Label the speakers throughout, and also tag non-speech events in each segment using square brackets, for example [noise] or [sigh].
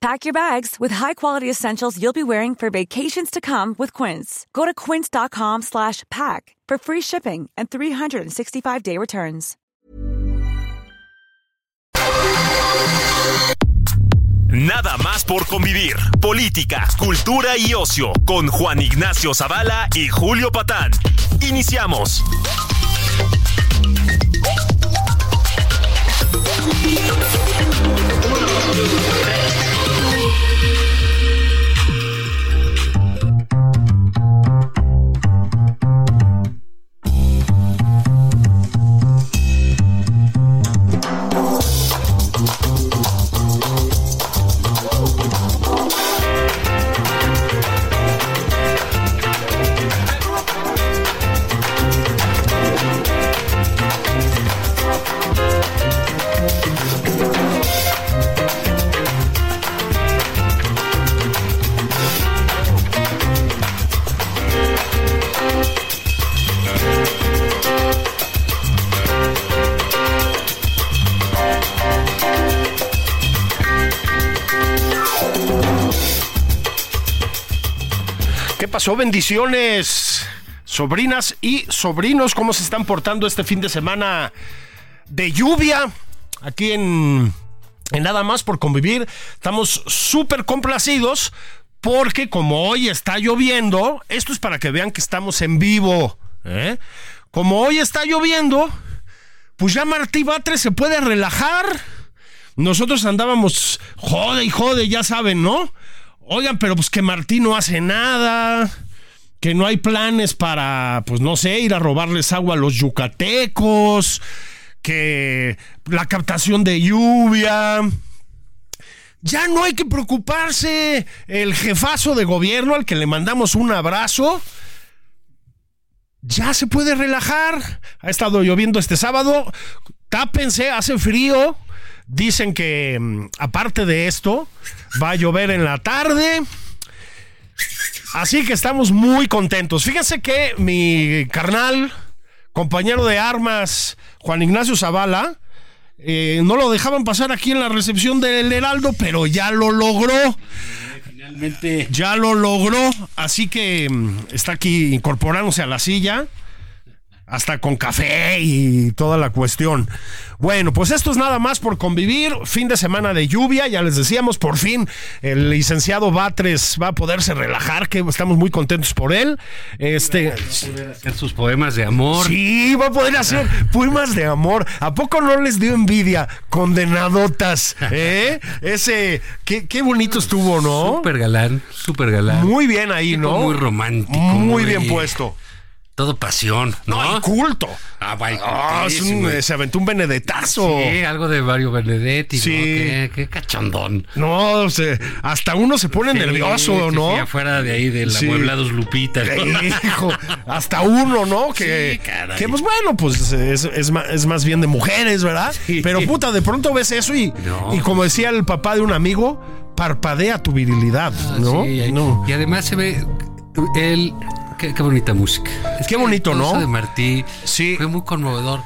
Speaker 1: Pack your bags with high-quality essentials you'll be wearing for vacations to come with Quince. Go to quince.com slash pack for free shipping and 365-day returns.
Speaker 2: Nada más por convivir. Política, cultura y ocio con Juan Ignacio Zavala y Julio Patán. Iniciamos.
Speaker 3: ¿Qué pasó? Bendiciones, sobrinas y sobrinos. ¿Cómo se están portando este fin de semana de lluvia? Aquí en, en Nada más por convivir. Estamos súper complacidos porque como hoy está lloviendo, esto es para que vean que estamos en vivo. ¿eh? Como hoy está lloviendo, pues ya Martí Batres se puede relajar. Nosotros andábamos, jode y jode, ya saben, ¿no? Oigan, pero pues que Martín no hace nada, que no hay planes para, pues no sé, ir a robarles agua a los yucatecos, que la captación de lluvia. Ya no hay que preocuparse. El jefazo de gobierno al que le mandamos un abrazo ya se puede relajar. Ha estado lloviendo este sábado. Tápense, hace frío. Dicen que mm, aparte de esto, va a llover en la tarde. Así que estamos muy contentos. Fíjense que mi carnal, compañero de armas, Juan Ignacio Zavala, eh, no lo dejaban pasar aquí en la recepción del Heraldo, pero ya lo logró.
Speaker 4: Finalmente,
Speaker 3: Ya lo logró, así que mm, está aquí incorporándose a la silla, hasta con café y toda la cuestión. Bueno, pues esto es nada más por convivir. Fin de semana de lluvia, ya les decíamos, por fin el licenciado Batres va a poderse relajar, que estamos muy contentos por él. Este,
Speaker 4: hacer sus poemas de amor.
Speaker 3: sí, va a poder hacer poemas de amor. ¿A poco no les dio envidia, condenadotas? ¿eh? Ese, qué, qué bonito estuvo, ¿no?
Speaker 4: Súper galán, súper galán.
Speaker 3: Muy bien ahí,
Speaker 4: Tipo
Speaker 3: ¿no?
Speaker 4: Muy romántico.
Speaker 3: Muy bien
Speaker 4: güey.
Speaker 3: puesto.
Speaker 4: Todo pasión, ¿no?
Speaker 3: Y culto.
Speaker 4: Ah, va,
Speaker 3: Ah, es un-
Speaker 4: cultísimo.
Speaker 3: se aventó un benedetazo.
Speaker 4: Sí, algo de Mario Benedetti,
Speaker 3: Sí.
Speaker 4: ¿no? Qué, qué cachondón.
Speaker 3: No, se- hasta uno se pone nervioso,
Speaker 4: Sí,
Speaker 3: ¿no?
Speaker 4: sí, afuera de ahí, del
Speaker 3: Sí.
Speaker 4: amueblados Lupita. ¿no?
Speaker 3: Hijo, hasta uno, ¿no? Que,
Speaker 4: Sí, caray.
Speaker 3: que, pues bueno, pues es, es ma- es más bien de mujeres, ¿verdad?
Speaker 4: Sí.
Speaker 3: Pero puta, de pronto ves eso y,
Speaker 4: No.
Speaker 3: y como decía el papá de un amigo, parpadea tu virilidad,
Speaker 4: [laughs]
Speaker 3: ¿no?
Speaker 4: Ah, Sí, ahí-
Speaker 3: no.
Speaker 4: Y además se ve él. Qué, qué bonita música. Es
Speaker 3: Qué
Speaker 4: que
Speaker 3: bonito,
Speaker 4: todo
Speaker 3: ¿no?
Speaker 4: eso de Martí.
Speaker 3: Sí.
Speaker 4: Fue muy conmovedor.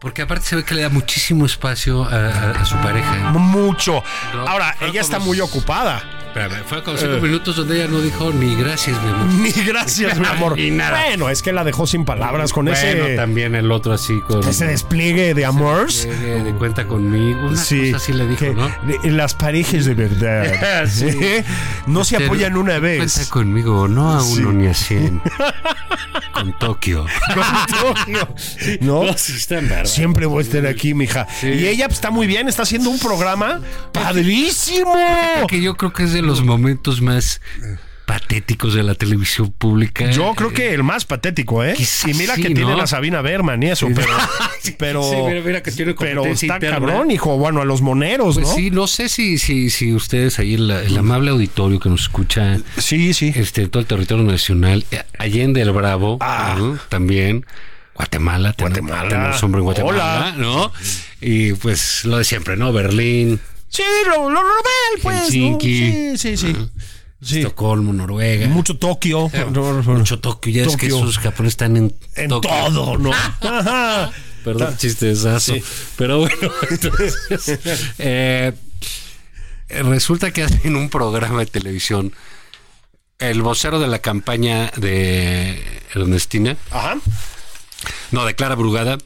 Speaker 4: Porque aparte se ve que le da muchísimo espacio a, a- a su pareja.
Speaker 3: Mucho.
Speaker 4: No,
Speaker 3: Ahora,
Speaker 4: fue
Speaker 3: ella está
Speaker 4: como-
Speaker 3: muy ocupada.
Speaker 4: Espérame, fue como
Speaker 3: Eh.
Speaker 4: cinco minutos donde ella no dijo ni gracias, mi amor.
Speaker 3: [laughs] Ni gracias, mi amor.
Speaker 4: Ni nada.
Speaker 3: Bueno, es que la dejó sin palabras con
Speaker 4: Bueno,
Speaker 3: ese,
Speaker 4: también el otro así con.
Speaker 3: ese despliegue de amors.
Speaker 4: Llegue de cuenta conmigo. Una
Speaker 3: Sí,
Speaker 4: cosa así le dijo,
Speaker 3: que
Speaker 4: ¿no?
Speaker 3: le- las parejas de verdad
Speaker 4: [laughs] Sí.
Speaker 3: ¿eh? no se
Speaker 4: Pero,
Speaker 3: apoyan una
Speaker 4: de Cuenta
Speaker 3: vez. [laughs]
Speaker 4: conmigo, no a uno
Speaker 3: Sí.
Speaker 4: ni
Speaker 3: [laughs]
Speaker 4: a cien. con Tokio.
Speaker 3: ¿No?
Speaker 4: sí, está en verdad.
Speaker 3: Siempre voy a estar aquí, mija. Y ella pues, está muy bien, está haciendo un programa padrísimo.
Speaker 4: que yo creo que es de los momentos más patéticos de la televisión pública.
Speaker 3: Yo creo que el más patético, ¿eh?
Speaker 4: Quizás
Speaker 3: Y mira que
Speaker 4: sí,
Speaker 3: tiene
Speaker 4: ¿no?
Speaker 3: la Sabina Berman y eso, pero. pero
Speaker 4: [laughs] Sí, mira, mira que tiene
Speaker 3: pero
Speaker 4: competencia
Speaker 3: está
Speaker 4: interna. ¿eh?
Speaker 3: cabrón, hijo. Bueno, a los moneros,
Speaker 4: Pues
Speaker 3: ¿no?
Speaker 4: sí, no sé si, si, si ustedes ahí, la- el amable auditorio que nos escucha
Speaker 3: sí, sí.
Speaker 4: este, en todo el territorio nacional, eh, Allende el Bravo,
Speaker 3: Ah.
Speaker 4: ¿no? también. Guatemala, ten-
Speaker 3: Guatemala.
Speaker 4: tenemos hombre en
Speaker 3: Hola.
Speaker 4: Guatemala, ¿no? Y pues lo de siempre, ¿no? Berlín,
Speaker 3: Sí, lo, lo normal, pues. ¿no?
Speaker 4: Helsinki. Ah.
Speaker 3: Sí, sí, sí. Sí.
Speaker 4: Estocolmo, Noruega.
Speaker 3: Mucho Tokio.
Speaker 4: [laughs] mucho Tokio, ya es que
Speaker 3: Tokio.
Speaker 4: esos japoneses están en,
Speaker 3: En
Speaker 4: Tokio.
Speaker 3: todo,
Speaker 4: [laughs]
Speaker 3: Ah. ¿no? Ajá.
Speaker 4: Perdón, chistezazo. Pero bueno, [laughs] entonces. eh, resulta que hacen un programa de televisión. El vocero de la campaña de Ernestina,
Speaker 3: Ajá.
Speaker 4: no, de Clara Brugada,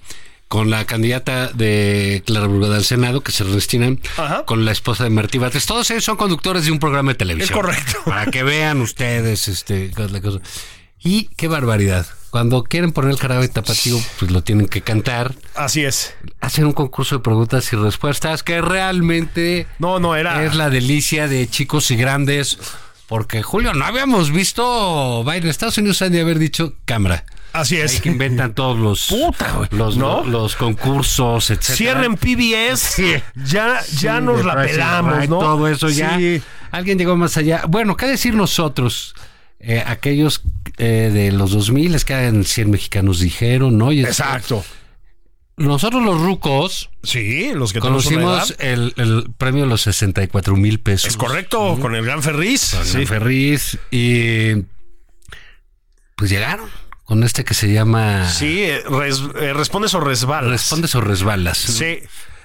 Speaker 4: con la candidata de Clara Brugada al Senado, que es Ernestina,
Speaker 3: Ajá.
Speaker 4: con la esposa de Martí Batres. Todos ellos son conductores de un programa de televisión.
Speaker 3: Es correcto.
Speaker 4: [laughs] Para que vean ustedes este, cuál es la cosa. Y qué barbaridad. Cuando quieren poner el jarabe tapatío, pues lo tienen que cantar
Speaker 3: Así es.
Speaker 4: hacen un concurso de preguntas y respuestas que realmente
Speaker 3: No, no, era.
Speaker 4: es la delicia de chicos y grandes. Porque, Julio, no habíamos visto. Vaya, en Estados Unidos han de haber dicho cámara.
Speaker 3: Así
Speaker 4: Ahí
Speaker 3: es. [laughs]
Speaker 4: que inventan todos los,
Speaker 3: Puta, güey,
Speaker 4: los,
Speaker 3: ¿no?
Speaker 4: los, concursos, etcétera.
Speaker 3: Cierren PBS. Ya, ya
Speaker 4: Sí,
Speaker 3: nos
Speaker 4: de
Speaker 3: la
Speaker 4: Price is
Speaker 3: pelamos,
Speaker 4: Right,
Speaker 3: ¿no?
Speaker 4: Todo eso ya.
Speaker 3: Sí.
Speaker 4: Alguien llegó más allá. Bueno, ¿qué decir nosotros? Eh, aquellos eh, de los 2000 es que eran 100 mexicanos dijeron, ¿no? Y es-
Speaker 3: Exacto.
Speaker 4: Nosotros los rucos,
Speaker 3: Sí, los que tenemos una
Speaker 4: Conocimos
Speaker 3: edad.
Speaker 4: el, el premio de los 64 mil pesos.
Speaker 3: Es correcto, con el gran Ferris.
Speaker 4: Sí.
Speaker 3: Sí.
Speaker 4: Ferris. Y pues llegaron con este que se llama
Speaker 3: Sí, eh, res- eh, respondes o resbalas.
Speaker 4: Respondes o resbalas.
Speaker 3: Sí.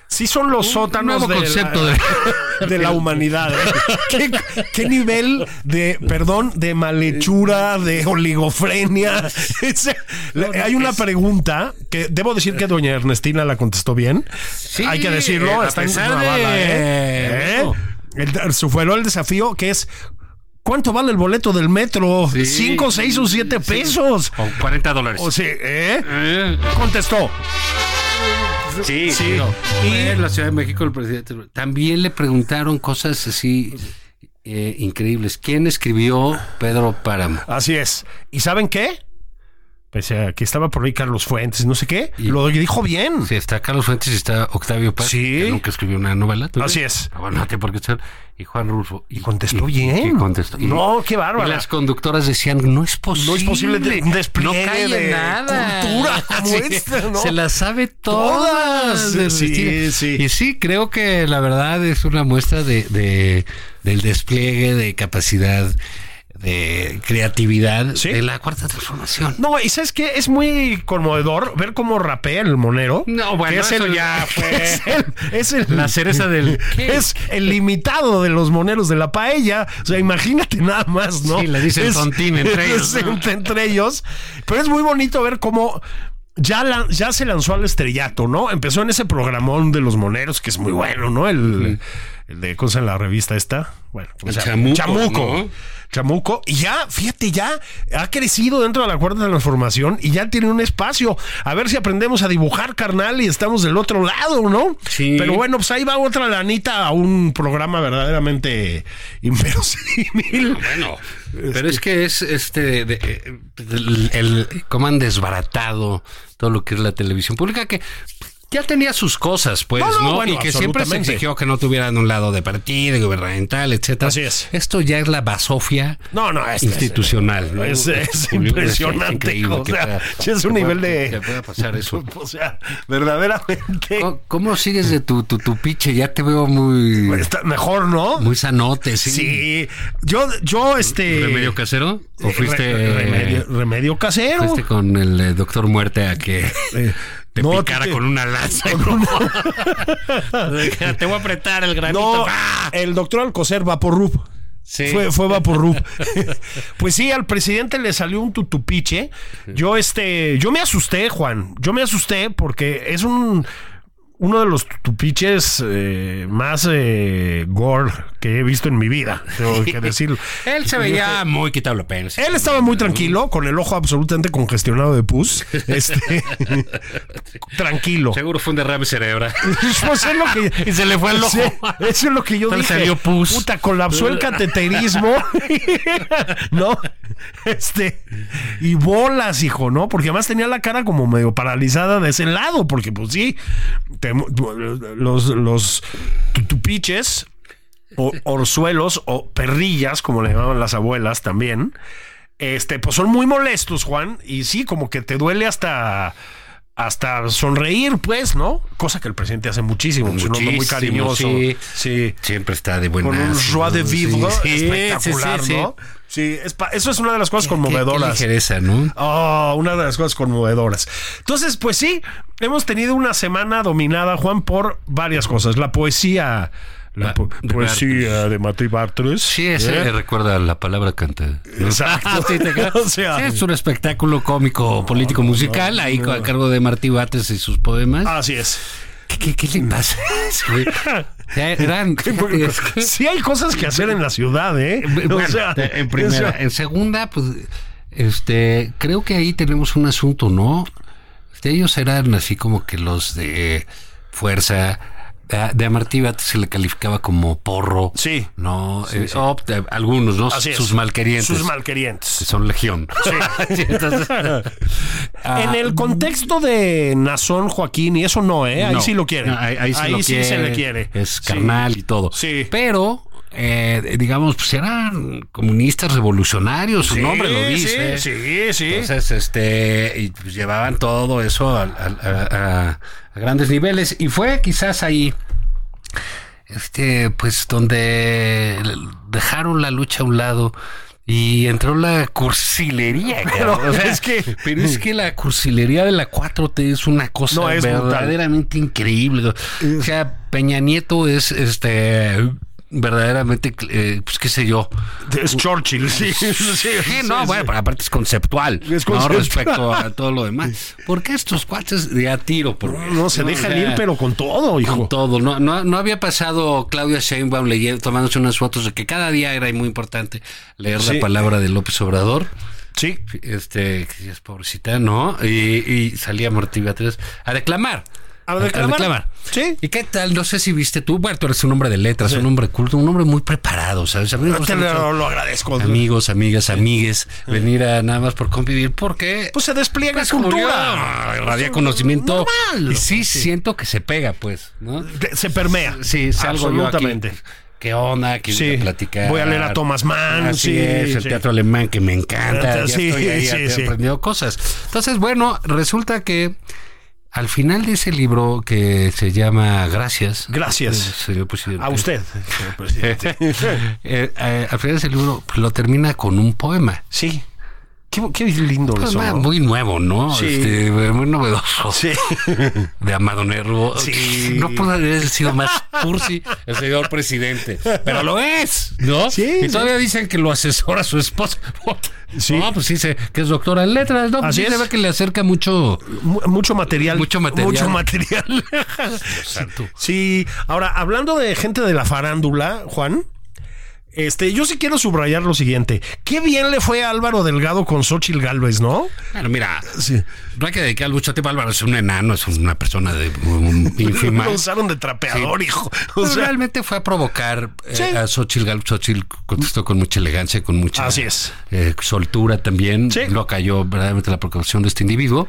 Speaker 3: Sí son los sótanos
Speaker 4: nuevo
Speaker 3: de,
Speaker 4: concepto
Speaker 3: la,
Speaker 4: de-
Speaker 3: de la humanidad. ¿eh? ¿Qué, qué nivel de, perdón, de malhechura, de
Speaker 4: [laughs]
Speaker 3: oligofrenia? Es- le- hay una pregunta que debo decir que doña Ernestina la contestó bien.
Speaker 4: Sí,
Speaker 3: hay que decirlo,
Speaker 4: eh, a
Speaker 3: está
Speaker 4: pesar
Speaker 3: engrabada,
Speaker 4: de-
Speaker 3: ¿eh? ¿Eh? El- su- fue el desafío que es... ¿Cuánto vale el boleto del metro?
Speaker 4: Sí.
Speaker 3: ¿Cinco, seis o siete pesos?
Speaker 4: O 40 dólares.
Speaker 3: O sea, ¿eh?
Speaker 4: Eh,
Speaker 3: Contestó.
Speaker 4: sí, digo, fue en la Ciudad de México el presidente. También le preguntaron cosas así eh, increíbles. ¿Quién escribió Pedro Páramo?
Speaker 3: Así es. ¿Y saben qué? Pues eh, aquí estaba por ahí Carlos Fuentes, no sé qué.
Speaker 4: Y-
Speaker 3: Lo dijo bien.
Speaker 4: Sí, está Carlos Fuentes y está Octavio Paz,
Speaker 3: Sí.
Speaker 4: que nunca escribió una novela. ¿tú
Speaker 3: Así
Speaker 4: ves?
Speaker 3: es.
Speaker 4: Ah, Bueno, no tiene por qué ser. Y Juan Rulfo. Y
Speaker 3: contestó
Speaker 4: y-
Speaker 3: bien.
Speaker 4: y contestó. Y-
Speaker 3: No, qué bárbara.
Speaker 4: Y las conductoras decían, no es posible.
Speaker 3: No es posible de- un despliegue
Speaker 4: No cae en
Speaker 3: de
Speaker 4: nada. [laughs]
Speaker 3: cultura como esta, ¿no?
Speaker 4: Se las sabe todas.
Speaker 3: Todas. Sí,
Speaker 4: Ernestina.
Speaker 3: sí.
Speaker 4: Y sí, creo que la verdad es una muestra de, de- del despliegue de capacidad de creatividad
Speaker 3: Sí.
Speaker 4: de la cuarta transformación.
Speaker 3: No, y sabes qué? es muy conmovedor ver cómo rapea el monero.
Speaker 4: No, bueno,
Speaker 3: Que es
Speaker 4: eso
Speaker 3: el- [laughs]
Speaker 4: ya fue.
Speaker 3: Es el, es el-
Speaker 4: La
Speaker 3: [laughs]
Speaker 4: cereza del-
Speaker 3: Es el limitado de los moneros de la paella. O sea, imagínate nada más, ¿no?
Speaker 4: Sí, le dicen
Speaker 3: Es- [laughs]
Speaker 4: tontín entre ellos,
Speaker 3: es
Speaker 4: ¿no?
Speaker 3: entre, entre ellos. Pero es muy bonito ver cómo. Ya, la- ya se lanzó al estrellato, ¿no? Empezó en ese programón de los moneros, que es muy bueno, ¿no? El, el de cosa en la revista esta. Bueno, ¿cómo
Speaker 4: El
Speaker 3: se llama?
Speaker 4: Chamuco,
Speaker 3: Chamuco.
Speaker 4: ¿no?
Speaker 3: Chamuco. Y ya, fíjate, ya ha crecido dentro de la cuarta transformación y ya tiene un espacio. A ver si aprendemos a dibujar, carnal, y estamos del otro lado, ¿no?
Speaker 4: Sí.
Speaker 3: Pero bueno, pues ahí va otra lanita a un programa verdaderamente
Speaker 4: [laughs]
Speaker 3: inverosímil.
Speaker 4: Bueno, pero es que es este de- de- el, el- cómo han desbaratado todo lo que es la televisión pública que ya tenía sus cosas, pues,
Speaker 3: No,
Speaker 4: ¿no?
Speaker 3: no, bueno,
Speaker 4: y que siempre se
Speaker 3: absolutamente.
Speaker 4: exigió que no tuvieran un lado de partido, gubernamental, etcétera.
Speaker 3: Así es.
Speaker 4: Esto ya es la basofia
Speaker 3: No, no, es-
Speaker 4: institucional. ¿no?
Speaker 3: Es, es
Speaker 4: Julio,
Speaker 3: impresionante.
Speaker 4: increíble
Speaker 3: o
Speaker 4: que
Speaker 3: sea,
Speaker 4: pueda-
Speaker 3: ya es un
Speaker 4: que pueda-
Speaker 3: nivel
Speaker 4: que
Speaker 3: de.
Speaker 4: pueda pasar eso.
Speaker 3: [laughs]
Speaker 4: Oh.
Speaker 3: O sea, verdaderamente.
Speaker 4: ¿Cómo, cómo sigues de tu, tu, tu piche? Ya te veo muy,
Speaker 3: está mejor, ¿no?
Speaker 4: muy sanote, ¿sí?
Speaker 3: Sí. Yo, yo, este.
Speaker 4: ¿Remedio casero?
Speaker 3: Eh,
Speaker 4: ¿O
Speaker 3: Re-
Speaker 4: fuiste...? eh,
Speaker 3: remedio, remedio casero.
Speaker 4: Fuiste con el eh, doctor Muerte a que
Speaker 3: Eh,
Speaker 4: te
Speaker 3: no,
Speaker 4: picara
Speaker 3: te-
Speaker 4: con
Speaker 3: [laughs]
Speaker 4: una lanza. [laughs] te voy a apretar el
Speaker 3: No,
Speaker 4: ¡Ah!
Speaker 3: el doctor Alcocer Vaporrup.
Speaker 4: Sí.
Speaker 3: Fue, fue
Speaker 4: [laughs]
Speaker 3: Vaporrup. [laughs] pues sí, al presidente le salió un tutupiche. Yo, este, yo me asusté, Juan. Yo me asusté porque es un uno de los tutupiches eh, más eh, gore que he visto en mi vida. Tengo
Speaker 4: [laughs]
Speaker 3: que decirlo.
Speaker 4: Él se veía muy quitado la pena.
Speaker 3: Él estaba muy tranquilo, con el ojo absolutamente congestionado de
Speaker 4: [laughs]
Speaker 3: pus. Este, [laughs] tranquilo.
Speaker 4: Seguro fue un derrame cerebral.
Speaker 3: [laughs] Pues es lo que-
Speaker 4: [laughs] Y se le fue el
Speaker 3: [laughs]
Speaker 4: ojo.
Speaker 3: Sí, eso es lo que yo
Speaker 4: Se le
Speaker 3: dije.
Speaker 4: salió pus.
Speaker 3: Puta, colapsó el cateterismo. [laughs] ¿No? Este. Y bolas, hijo, ¿no? Porque además tenía la cara como medio paralizada de ese lado, porque pues sí, te- los, los tutupiches o orzuelos o perrillas, como le llamaban las abuelas también. este, pues son muy molestos, Juan, y sí, como que te duele hasta hasta sonreír, pues, ¿no? Cosa que el presidente hace muchísimo, es un hombre muy
Speaker 4: Muchísimo,
Speaker 3: cariñoso.
Speaker 4: sí.
Speaker 3: sí.
Speaker 4: Siempre está de buena.
Speaker 3: Con un joie de vivre espectacular,
Speaker 4: sí, sí.
Speaker 3: ¿no? Sí, es pa- eso es una de las cosas
Speaker 4: Qué- qué
Speaker 3: conmovedoras.
Speaker 4: ligereza, ¿no?
Speaker 3: Oh, una de las cosas conmovedoras. Entonces, pues sí, hemos tenido una semana dominada, Juan, por varias cosas. La poesía. La
Speaker 4: Ba-
Speaker 3: po-
Speaker 4: de
Speaker 3: poesía de Mateo Bartres.
Speaker 4: Sí, ese
Speaker 3: ¿eh?
Speaker 4: le recuerda a la palabra cantada. ¿no?
Speaker 3: Exacto.
Speaker 4: Ah, [laughs] sí, te creo.
Speaker 3: [laughs] O sea,
Speaker 4: Sí, es un espectáculo cómico, político, musical, ahí a cargo de Martí Batres y sus poemas.
Speaker 3: Así
Speaker 4: [laughs]
Speaker 3: es.
Speaker 4: ¿Qué, qué, qué le
Speaker 3: [laughs]
Speaker 4: pasa? Sí, güey. Ya eran- es [laughs] que-
Speaker 3: Sí hay cosas que hacer en la ciudad, ¿eh?
Speaker 4: [laughs] Bueno,
Speaker 3: O sea,
Speaker 4: en primera.
Speaker 3: o sea,
Speaker 4: En segunda, pues, este, creo que ahí tenemos un asunto, ¿no? Este, ellos eran así como que los de fuerza. A- De Amartí Batres se le calificaba como porro.
Speaker 3: Sí.
Speaker 4: No, Eh, oh, de- algunos, ¿no?
Speaker 3: así es.
Speaker 4: Sus malquerientes.
Speaker 3: Sus malquerientes.
Speaker 4: son legión. [laughs] Sí,
Speaker 3: [laughs]
Speaker 4: entonces, ah,
Speaker 3: en el contexto de Nazón Joaquín, y eso no, ¿eh? Ahí
Speaker 4: no.
Speaker 3: sí lo quiere.
Speaker 4: No, ahí ahí sí, lo
Speaker 3: sí
Speaker 4: quiere,
Speaker 3: se le quiere.
Speaker 4: Es
Speaker 3: Sí.
Speaker 4: carnal y todo.
Speaker 3: Sí.
Speaker 4: Pero, eh, digamos, pues eran comunistas revolucionarios. Su
Speaker 3: Sí,
Speaker 4: nombre lo dice.
Speaker 3: Sí, sí, sí.
Speaker 4: Entonces, este, y pues, llevaban todo eso al- al- a, a- a grandes niveles. Y fue quizás ahí, este, pues, donde dejaron la lucha a un lado y entró la cursilería.
Speaker 3: [laughs] Pero
Speaker 4: cabrón. O sea,
Speaker 3: es que-
Speaker 4: pero es que la cursilería de la 4T es una cosa
Speaker 3: No, es brutal.
Speaker 4: verdaderamente increíble. O sea, Peña Nieto es, este, verdaderamente, eh, pues, qué sé yo.
Speaker 3: Es Churchill, sí. [laughs] sí,
Speaker 4: Sí,
Speaker 3: sí,
Speaker 4: no,
Speaker 3: sí.
Speaker 4: bueno, pero aparte es conceptual.
Speaker 3: Es
Speaker 4: no
Speaker 3: conceptual.
Speaker 4: respecto a todo lo demás. Porque estos cuates de a tiro, por
Speaker 3: No, se dejan
Speaker 4: o sea,
Speaker 3: ir, pero con todo, hijo.
Speaker 4: con todo. No, no, no había pasado Claudia Sheinbaum leyendo, tomándose unas fotos de que cada día era muy importante leer
Speaker 3: Sí.
Speaker 4: la palabra de López Obrador.
Speaker 3: Sí.
Speaker 4: Este, que es pobrecita, ¿no? Y, y salía Martí Batres a declamar.
Speaker 3: A declamar. Sí.
Speaker 4: ¿Y qué tal? No sé si viste tú. Bueno, tú eres un hombre de letras, un hombre culto, un hombre muy preparado, ¿sabes? A mí me gusta
Speaker 3: Te
Speaker 4: mucho-
Speaker 3: lo, lo agradezco.
Speaker 4: amigos, amigas, amigues, venir a nada más por convivir, porque
Speaker 3: Pues se despliega
Speaker 4: pues,
Speaker 3: cultura. Pues,
Speaker 4: comunión, radia conocimiento.
Speaker 3: Normal.
Speaker 4: y sí, siento que se pega, pues, ¿no?
Speaker 3: Te- Se permea.
Speaker 4: Sí, salgo yo aquí,
Speaker 3: Absolutamente.
Speaker 4: ¿Qué onda? ¿Qué
Speaker 3: Sí.
Speaker 4: voy a platicar?
Speaker 3: Voy a leer a Thomas Mann,
Speaker 4: Así
Speaker 3: sí,
Speaker 4: es, el
Speaker 3: sí.
Speaker 4: teatro alemán que me encanta.
Speaker 3: Sí,
Speaker 4: ya estoy ahí,
Speaker 3: sí,
Speaker 4: ya he
Speaker 3: sí.
Speaker 4: aprendido cosas. Entonces, bueno, resulta que al final de ese libro que se llama Gracias.
Speaker 3: Gracias.
Speaker 4: eh, señor presidente.
Speaker 3: A usted. señor presidente.
Speaker 4: [laughs] Eh, eh, al final de ese libro pues, lo termina con un poema.
Speaker 3: sí. Qué, qué lindo
Speaker 4: Pues,
Speaker 3: eso.
Speaker 4: ma,
Speaker 3: ¿no?
Speaker 4: muy nuevo, ¿no?
Speaker 3: Sí.
Speaker 4: Este, muy novedoso.
Speaker 3: Sí. [laughs]
Speaker 4: De Amado Nervo.
Speaker 3: Sí.
Speaker 4: No pudo haber sido más cursi el señor presidente. Pero lo es, ¿no?
Speaker 3: Sí,
Speaker 4: Y todavía dicen que lo asesora su esposa. [laughs]
Speaker 3: Sí.
Speaker 4: No, pues dice que es doctora en letras, ¿no? Pues
Speaker 3: Así
Speaker 4: sí,
Speaker 3: es. Pues,
Speaker 4: se ve que le acerca mucho.
Speaker 3: Mu- Mucho material.
Speaker 4: Mucho material.
Speaker 3: Mucho
Speaker 4: [laughs]
Speaker 3: material.
Speaker 4: santo.
Speaker 3: Sí. Ahora, hablando de gente de la farándula, Juan. Este, yo sí quiero subrayar lo siguiente. Qué bien le fue a Álvaro Delgado con Xochitl Galvez, ¿no?
Speaker 4: Bueno, mira, no hay que dedicar mucho tiempo. Álvaro es un enano, es una persona de
Speaker 3: [laughs]
Speaker 4: um, ínfima.
Speaker 3: Lo usaron de trapeador, hijo. [laughs] O
Speaker 4: Pues
Speaker 3: sea,
Speaker 4: realmente fue a provocar eh,
Speaker 3: Sí.
Speaker 4: a Xochitl Galvez. Xochitl contestó con mucha elegancia, y con mucha
Speaker 3: Así es.
Speaker 4: eh, soltura también.
Speaker 3: Sí.
Speaker 4: No cayó verdaderamente la precaución de este individuo.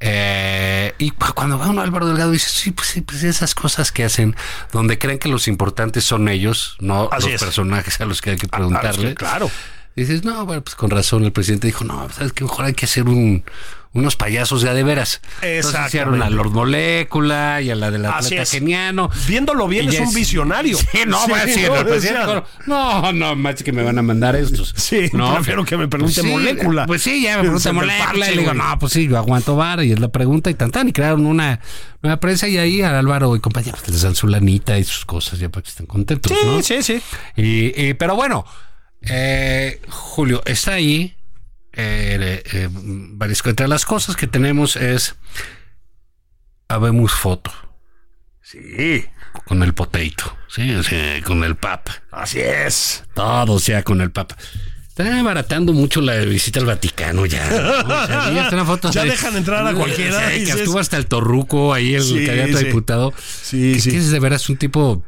Speaker 4: Eh, y cu- cuando va uno a Álvaro Delgado dice, sí, pues, sí, pues esas cosas que hacen, donde creen que los importantes son ellos, no
Speaker 3: Así
Speaker 4: los
Speaker 3: es. Ah,
Speaker 4: personajes a los que hay que preguntarle.
Speaker 3: claro.
Speaker 4: Dices, no, bueno, pues con razón el presidente dijo, no, sabes que mejor hay que hacer un, unos payasos ya de veras. Entonces
Speaker 3: Exactamente.
Speaker 4: hicieron a Lord Molécula y a la del
Speaker 3: Así
Speaker 4: atleta
Speaker 3: es.
Speaker 4: geniano.
Speaker 3: Viéndolo bien,
Speaker 4: Y
Speaker 3: es
Speaker 4: ya
Speaker 3: un visionario.
Speaker 4: [laughs] Sí, no,
Speaker 3: Sí,
Speaker 4: va a decir,
Speaker 3: no,
Speaker 4: el presidente
Speaker 3: o sea-
Speaker 4: dijo, no, no, macho, que me van a mandar estos.
Speaker 3: [laughs] Sí,
Speaker 4: no,
Speaker 3: prefiero que me pregunte
Speaker 4: Pues sí,
Speaker 3: molécula.
Speaker 4: Pues sí,
Speaker 3: [laughs]
Speaker 4: ya me
Speaker 3: Se
Speaker 4: pregunta
Speaker 3: me
Speaker 4: molécula.
Speaker 3: parche,
Speaker 4: Y le digo,
Speaker 3: güey.
Speaker 4: no, pues sí, yo aguanto vara. Y es la pregunta y tan, tan. Y crearon una nueva prensa. Y ahí a Álvaro y compañeros les dan su lanita y sus cosas, ya para que estén contentos,
Speaker 3: Sí,
Speaker 4: ¿no?
Speaker 3: sí, sí.
Speaker 4: Y, y- pero bueno, eh, Julio, está ahí. eh, eh, eh, varias- entre las cosas que tenemos es habemos foto. Sí. Con el potato, sí, o sea, con el papa.
Speaker 3: Así es.
Speaker 4: Todo sea con el papa. Están abaratando mucho la visita al Vaticano ya. ¿no? O sea, ya, están a fotos
Speaker 3: [laughs] Ya
Speaker 4: de-
Speaker 3: dejan entrar a cualquiera,
Speaker 4: O sea, que
Speaker 3: dices.
Speaker 4: estuvo hasta el torruco ahí, el
Speaker 3: Sí,
Speaker 4: candidato a
Speaker 3: sí.
Speaker 4: diputado.
Speaker 3: Sí,
Speaker 4: Que-
Speaker 3: sí.
Speaker 4: que es de veras un tipo.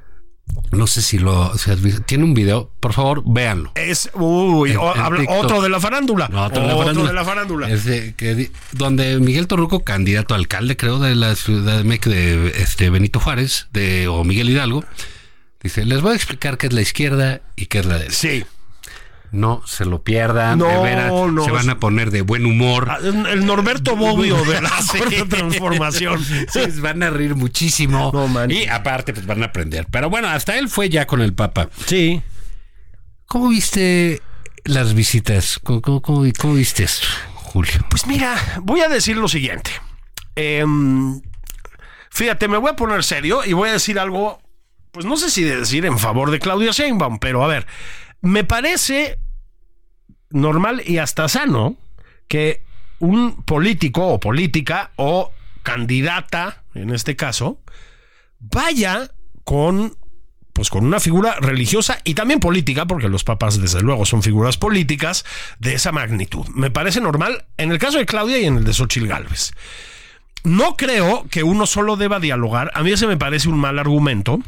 Speaker 4: No sé si lo si has visto. Tiene un video, por favor, véanlo.
Speaker 3: Es, uy,
Speaker 4: En-
Speaker 3: o-
Speaker 4: en
Speaker 3: habla-
Speaker 4: TikTok.
Speaker 3: otro de la farándula.
Speaker 4: Otro de la farándula. Es de- que di- donde Miguel Torruco, candidato a alcalde, creo, de la Ciudad de México, de este, Benito Juárez, de, o Miguel Hidalgo, dice, les voy a explicar qué es la izquierda y qué es la derecha.
Speaker 3: Sí.
Speaker 4: No se lo pierdan, de
Speaker 3: No,
Speaker 4: veras,
Speaker 3: no,
Speaker 4: se van a poner de buen humor.
Speaker 3: Ah, El Norberto Bobbio de la
Speaker 4: [laughs] Sí.
Speaker 3: cuarta transformación.
Speaker 4: [laughs] Sí, se van a reír muchísimo.
Speaker 3: No manches.
Speaker 4: y aparte, pues van a aprender. Pero bueno, hasta él fue ya con el Papa.
Speaker 3: Sí.
Speaker 4: ¿Cómo viste las visitas? ¿Cómo, cómo- cómo- cómo viste esto, Julio?
Speaker 3: Pues mira, voy a decir lo siguiente. Em, fíjate, me voy a poner serio y voy a decir algo, pues no sé si decir en favor de Claudia Sheinbaum, pero a ver, me parece normal y hasta sano que un político o política o candidata, en este caso, vaya con pues con una figura religiosa y también política, porque los papas desde luego son figuras políticas de esa magnitud. Me parece normal en el caso de Claudia y en el de Xochitl Gálvez. No creo que uno solo deba dialogar, a mí ese me parece un mal argumento,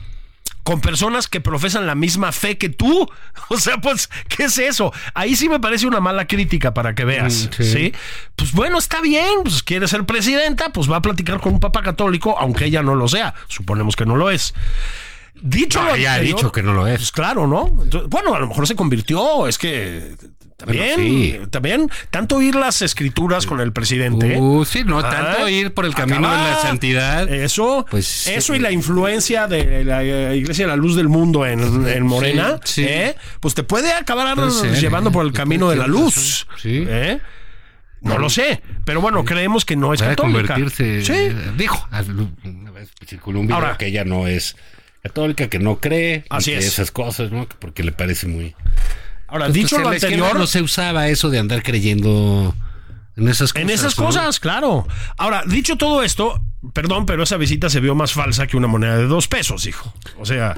Speaker 3: con personas que profesan la misma fe que tú. [laughs] O sea, pues, ¿qué es eso? Ahí sí me parece una mala crítica para que veas,
Speaker 4: Mm, sí.
Speaker 3: ¿sí? pues bueno, está bien, pues quiere ser presidenta, pues va a platicar con un papa católico, aunque ella no lo sea, suponemos que no lo es. Dicho
Speaker 4: No,
Speaker 3: lo
Speaker 4: ella ha
Speaker 3: anterior,
Speaker 4: dicho que no lo es.
Speaker 3: Pues claro, ¿no? Entonces, bueno, a lo mejor se convirtió, es que también,
Speaker 4: Bueno, sí.
Speaker 3: también, tanto oír las escrituras con el presidente.
Speaker 4: Uh, sí, no, tanto
Speaker 3: Ah, Eh,
Speaker 4: ir por el camino de la
Speaker 3: acabar.
Speaker 4: santidad.
Speaker 3: Eso,
Speaker 4: Pues,
Speaker 3: eso
Speaker 4: eh,
Speaker 3: y la influencia de la eh, Iglesia de la Luz del Mundo en, en Morena,
Speaker 4: sí.
Speaker 3: ¿eh? pues te puede acabar
Speaker 4: Puede ser,
Speaker 3: llevando
Speaker 4: ¿eh?
Speaker 3: por el
Speaker 4: Puede
Speaker 3: camino de la
Speaker 4: ser,
Speaker 3: luz.
Speaker 4: sí.
Speaker 3: ¿eh? No lo sé, pero bueno, creemos que no es
Speaker 4: Para
Speaker 3: católica.
Speaker 4: convertirse.
Speaker 3: Sí,
Speaker 4: Dijo. al- Una vez circuló un video
Speaker 3: Ahora-
Speaker 4: que ella no es católica, que no cree. y
Speaker 3: Así
Speaker 4: que
Speaker 3: es.
Speaker 4: Esas cosas, ¿no? Que Porque le parece muy.
Speaker 3: Ahora,
Speaker 4: Entonces,
Speaker 3: dicho
Speaker 4: pues, en
Speaker 3: lo
Speaker 4: la izquierda
Speaker 3: anterior,
Speaker 4: No se usaba eso de andar creyendo en esas cosas.
Speaker 3: en esas
Speaker 4: ¿no?
Speaker 3: cosas, claro. Ahora, dicho todo esto, perdón, pero esa visita se vio más falsa que una moneda de dos pesos, hijo. O sea,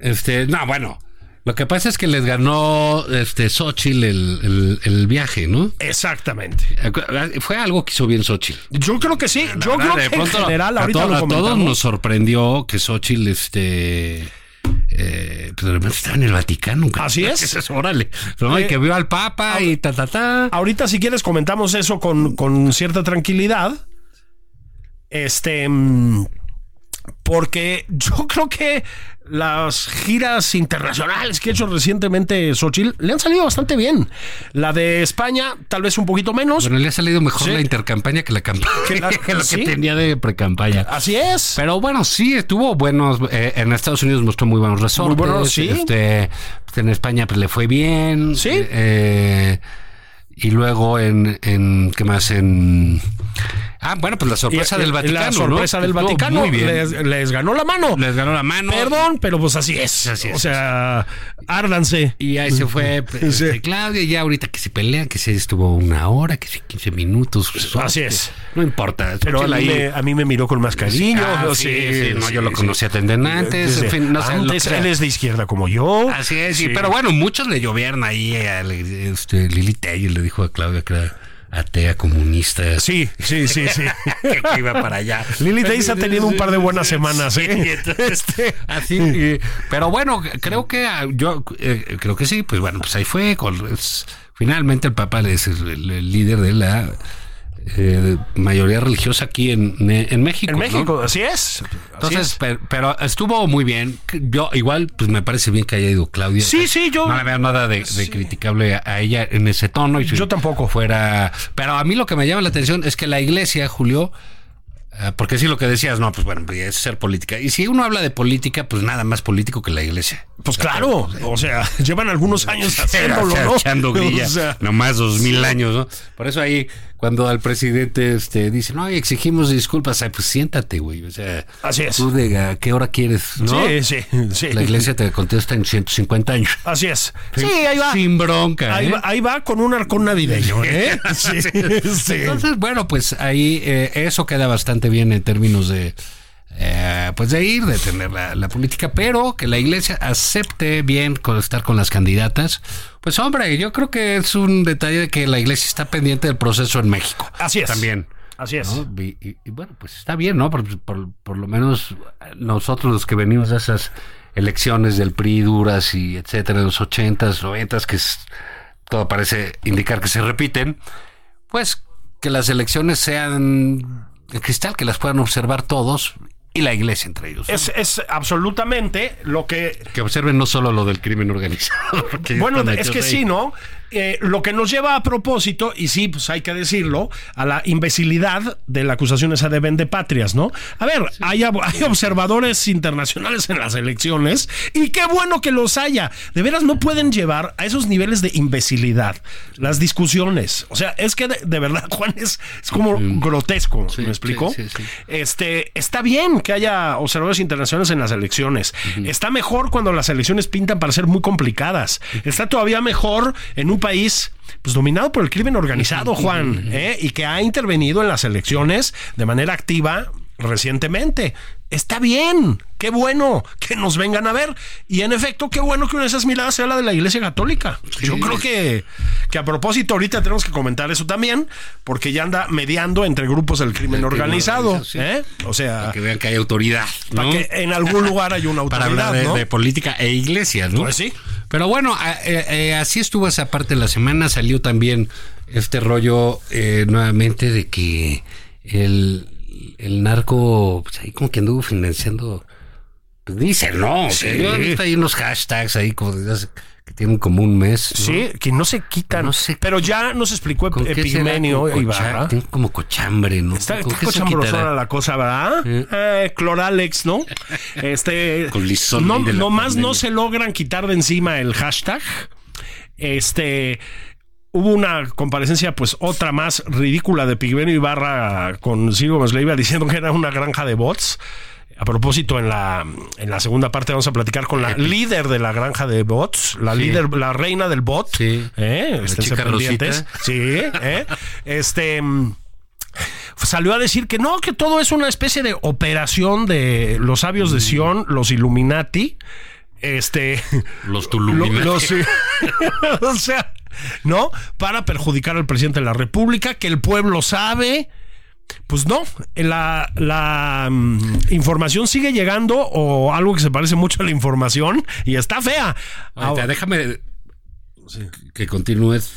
Speaker 4: Este, no, bueno. Lo que pasa es que les ganó este Xochitl el, el- el viaje, ¿no?
Speaker 3: exactamente.
Speaker 4: Acu- Fue algo que hizo bien Xochitl.
Speaker 3: Yo creo que sí. Yo creo
Speaker 4: verdad,
Speaker 3: que
Speaker 4: de pronto
Speaker 3: en general
Speaker 4: a,
Speaker 3: ahorita
Speaker 4: todos,
Speaker 3: lo
Speaker 4: a todos
Speaker 3: comentamos.
Speaker 4: nos sorprendió que Xochitl este eh, pues de repente estaba en el Vaticano. cabrón.
Speaker 3: Así es.
Speaker 4: [laughs]
Speaker 3: Eh,
Speaker 4: Dices, Órale. ¿no? Y que vio al Papa y ta ta ta.
Speaker 3: Ahorita, si quieres, comentamos eso con, con cierta tranquilidad. Este. mm, Porque yo [laughs] creo que las giras internacionales que ha hecho recientemente Xochitl le han salido bastante bien. La de España, tal vez un poquito menos.
Speaker 4: Bueno, le ha salido mejor
Speaker 3: Sí.
Speaker 4: la intercampaña que la campaña
Speaker 3: Que
Speaker 4: [laughs] que,
Speaker 3: la-
Speaker 4: lo
Speaker 3: sí.
Speaker 4: que tenía de precampaña.
Speaker 3: Así es.
Speaker 4: Pero bueno, sí, estuvo buenos. eh, en Estados Unidos mostró muy buenos resortes.
Speaker 3: Muy buenos, sí.
Speaker 4: este, en España pues, le fue bien.
Speaker 3: Sí.
Speaker 4: eh, y luego en, en. ¿Qué más? En. Ah, bueno, pues la sorpresa
Speaker 3: Y-
Speaker 4: del
Speaker 3: y
Speaker 4: Vaticano.
Speaker 3: La sorpresa
Speaker 4: ¿no?
Speaker 3: del
Speaker 4: Estuvo
Speaker 3: Vaticano.
Speaker 4: Muy bien.
Speaker 3: Les, les ganó la mano.
Speaker 4: Les ganó la mano.
Speaker 3: Perdón, pero pues así es.
Speaker 4: Así es.
Speaker 3: O sea, árdanse.
Speaker 4: Y ahí
Speaker 3: [laughs]
Speaker 4: se fue este,
Speaker 3: Sí.
Speaker 4: Claudia. Ya ahorita que se pelea, que se estuvo una hora, que se 15 minutos.
Speaker 3: Así es.
Speaker 4: No importa.
Speaker 3: Pero a
Speaker 4: Xochitl
Speaker 3: mí,
Speaker 4: ahí-
Speaker 3: me, a mí me miró con más cariño.
Speaker 4: Ah,
Speaker 3: no
Speaker 4: sí,
Speaker 3: sé.
Speaker 4: sí, no, yo lo
Speaker 3: Sí,
Speaker 4: conocía tenden antes.
Speaker 3: Desde
Speaker 4: en fin, no sé, lo
Speaker 3: antes,
Speaker 4: que sea.
Speaker 3: él es de izquierda como yo.
Speaker 4: Así es, y- pero bueno, muchos le llovieron ahí a este, Lili Tello, le dijo a Claudia que era atea comunista.
Speaker 3: Sí, sí, sí, sí.
Speaker 4: [laughs] Que, que iba para allá.
Speaker 3: Lili Tellis ha tenido un par de buenas semanas,
Speaker 4: Sí,
Speaker 3: ¿eh?
Speaker 4: y entonces, así, y- pero bueno, creo que ah, yo eh, creo que sí, pues bueno, pues ahí fue. con- es- finalmente el Papa es el, el líder de la eh, mayoría religiosa aquí en, en México.
Speaker 3: En
Speaker 4: ¿no?
Speaker 3: México, así es. Así
Speaker 4: Entonces,
Speaker 3: es.
Speaker 4: per- pero, estuvo muy bien. Yo igual, pues me parece bien que haya ido Claudia.
Speaker 3: Sí, sí, yo-
Speaker 4: No le veo nada de, de criticable a, a ella en ese tono. Y si
Speaker 3: Yo tampoco.
Speaker 4: Fuera... Pero a mí lo que me llama la atención es que la iglesia, Julio... ah, Porque sí, lo que decías, no, pues bueno, pues, es ser política. Y si uno habla de política, pues nada más político que la iglesia.
Speaker 3: [laughs] pues claro,
Speaker 4: eh.
Speaker 3: o sea, llevan algunos años
Speaker 4: [laughs] O
Speaker 3: Pues, haciéndolo,
Speaker 4: sea,
Speaker 3: ¿no?
Speaker 4: echando grilla,
Speaker 3: O sea,
Speaker 4: nomás dos mil años, ¿no? Por eso ahí, cuando al presidente este, dice, no, y exigimos disculpas, ay, pues siéntate, güey. O sea,
Speaker 3: Así es.
Speaker 4: tú de a qué hora quieres, ¿no?
Speaker 3: Sí, sí, sí.
Speaker 4: La iglesia te contesta en 150 años.
Speaker 3: Así es. Sí, ahí va.
Speaker 4: Sin bronca.
Speaker 3: Ahí
Speaker 4: ¿eh?
Speaker 3: va, ahí va con un arcón navideño,
Speaker 4: [laughs]
Speaker 3: ¿eh? Sí, sí.
Speaker 4: Entonces, bueno, pues ahí eh, eso queda bastante bien en términos de. eh, pues de ir, de tener la, la política, pero que la iglesia acepte bien con estar con las candidatas. Pues hombre, yo creo que es un detalle de que la iglesia está pendiente del proceso en México.
Speaker 3: Así es.
Speaker 4: También.
Speaker 3: Así es.
Speaker 4: ¿no? Y, y- y bueno, pues está bien, ¿no? Por, por- por lo menos nosotros los que venimos de esas elecciones del PRI, duras y etcétera, de los 80s, 90s, que es- todo parece indicar que se repiten, pues que las elecciones sean de cristal, que las puedan observar todos y la iglesia entre ellos.
Speaker 3: Es, es absolutamente lo que
Speaker 4: que observen no solo lo del crimen organizado. [laughs] porque
Speaker 3: Bueno,
Speaker 4: están
Speaker 3: es
Speaker 4: hechos
Speaker 3: que
Speaker 4: ahí.
Speaker 3: sí, ¿no? Eh, lo que nos lleva a propósito, y sí, pues hay que decirlo, a la imbecilidad de la acusación esa de vendepatrias, ¿no? A ver, hay, ab- hay observadores internacionales en las elecciones, y qué bueno que los haya. De veras, no pueden llevar a esos niveles de imbecilidad las discusiones. O sea, es que de, de verdad, [laughs] Juan, es, es como grotesco,
Speaker 4: Sí,
Speaker 3: ¿me explico?
Speaker 4: sí, sí, sí.
Speaker 3: Este, está bien que haya observadores internacionales en las elecciones. Está mejor cuando las elecciones pintan para ser muy complicadas. Está todavía mejor en un país pues dominado por el crimen organizado, Juan, ¿eh? y que ha intervenido en las elecciones de manera activa recientemente. Está bien, qué bueno que nos vengan a ver. Y en efecto, qué bueno que una de esas miradas sea la de la Iglesia Católica. Yo creo que, que a propósito, ahorita tenemos que comentar eso también, porque ya anda mediando entre grupos del crimen
Speaker 4: Del crimen
Speaker 3: organizado.
Speaker 4: organizado, sí.
Speaker 3: ¿eh? O sea,
Speaker 4: Para que vean que hay autoridad.
Speaker 3: para
Speaker 4: ¿no?
Speaker 3: que en algún lugar hay una
Speaker 4: Para
Speaker 3: autoridad,
Speaker 4: hablar de,
Speaker 3: ¿no?
Speaker 4: de política e iglesia, ¿no?
Speaker 3: Pues sí.
Speaker 4: Pero bueno, a- eh, eh, así estuvo esa parte de la semana. Salió también este rollo eh, nuevamente de que el, el narco, pues ahí como que anduvo financiando. pues dice, no. O sea,
Speaker 3: Sí.
Speaker 4: yo he visto ahí unos hashtags ahí como desde hace- que tienen como un mes. ¿no?
Speaker 3: Sí, que no se quitan.
Speaker 4: No se-
Speaker 3: Pero ya nos explicó
Speaker 4: ¿Con qué será?
Speaker 3: Epigmenio
Speaker 4: Como cocha-
Speaker 3: Ibarra.
Speaker 4: tienen como cochambre, ¿no?
Speaker 3: Está,
Speaker 4: ¿Con
Speaker 3: está
Speaker 4: qué se
Speaker 3: cochambrosona
Speaker 4: quitará?
Speaker 3: la cosa, ¿verdad?
Speaker 4: Sí.
Speaker 3: Eh, Cloralex, ¿no? Este.
Speaker 4: [laughs] Con lisón
Speaker 3: no,
Speaker 4: ahí de la
Speaker 3: nomás
Speaker 4: pandemia.
Speaker 3: no se logran quitar de encima el hashtag. Este. Hubo una comparecencia, pues otra más ridícula de Pigmenio Ibarra con Silvio Masleiva diciendo que era una granja de bots. A propósito, en la, en la segunda parte vamos a platicar con la líder de la granja de bots, la líder, la reina del bot.
Speaker 4: Sí.
Speaker 3: ¿eh? Esténse
Speaker 4: chica
Speaker 3: pendientes.
Speaker 4: Rosita.
Speaker 3: Sí, ¿eh? Este. mm, salió a decir que no, que todo es una especie de operación de los sabios
Speaker 4: Mm.
Speaker 3: de Sion, los Illuminati.
Speaker 4: [laughs]
Speaker 3: Este.
Speaker 4: Los
Speaker 3: lo-
Speaker 4: tuluminas.
Speaker 3: los- [laughs] o sea, ¿no? Para perjudicar al presidente de la República, que el pueblo sabe. Pues no, la, la, mm, información sigue llegando o algo que se parece mucho a la información y está fea.
Speaker 4: Ahorita, déjame que continúes.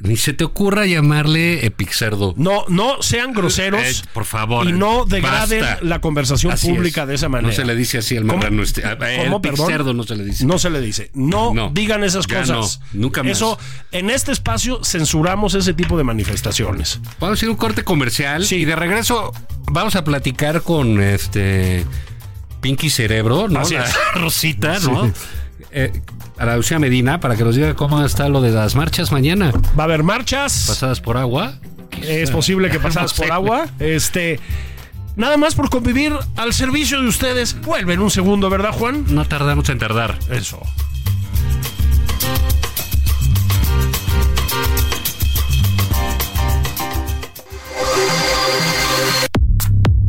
Speaker 4: Ni se te ocurra llamarle epixerdo.
Speaker 3: No, no sean groseros.
Speaker 4: Eh, por favor,
Speaker 3: Y no degraden
Speaker 4: basta.
Speaker 3: la conversación
Speaker 4: Así
Speaker 3: pública
Speaker 4: es.
Speaker 3: de esa manera.
Speaker 4: No se le dice así al
Speaker 3: ¿Cómo?
Speaker 4: marrano. Este, a- a-
Speaker 3: ¿Cómo,
Speaker 4: el
Speaker 3: perdón?
Speaker 4: pixerdo no se le dice.
Speaker 3: No se le dice. No,
Speaker 4: No,
Speaker 3: digan esas
Speaker 4: ya
Speaker 3: cosas.
Speaker 4: no, nunca más.
Speaker 3: Eso, en este espacio censuramos ese tipo de manifestaciones.
Speaker 4: Vamos a ir a un corte comercial.
Speaker 3: Sí.
Speaker 4: Y de regreso vamos a platicar con este Pinky Cerebro, ¿no?
Speaker 3: Así es.
Speaker 4: [laughs] Rosita, ¿no? Eh, a la Lucía Medina para que nos diga cómo está lo de las marchas mañana.
Speaker 3: Va a haber marchas.
Speaker 4: Pasadas por agua.
Speaker 3: Es posible que pasadas
Speaker 4: No sé. [laughs]
Speaker 3: por agua. Este. Nada más por convivir al servicio de ustedes. Vuelven un segundo, ¿verdad, Juan?
Speaker 4: No tardamos en tardar.
Speaker 3: Eso.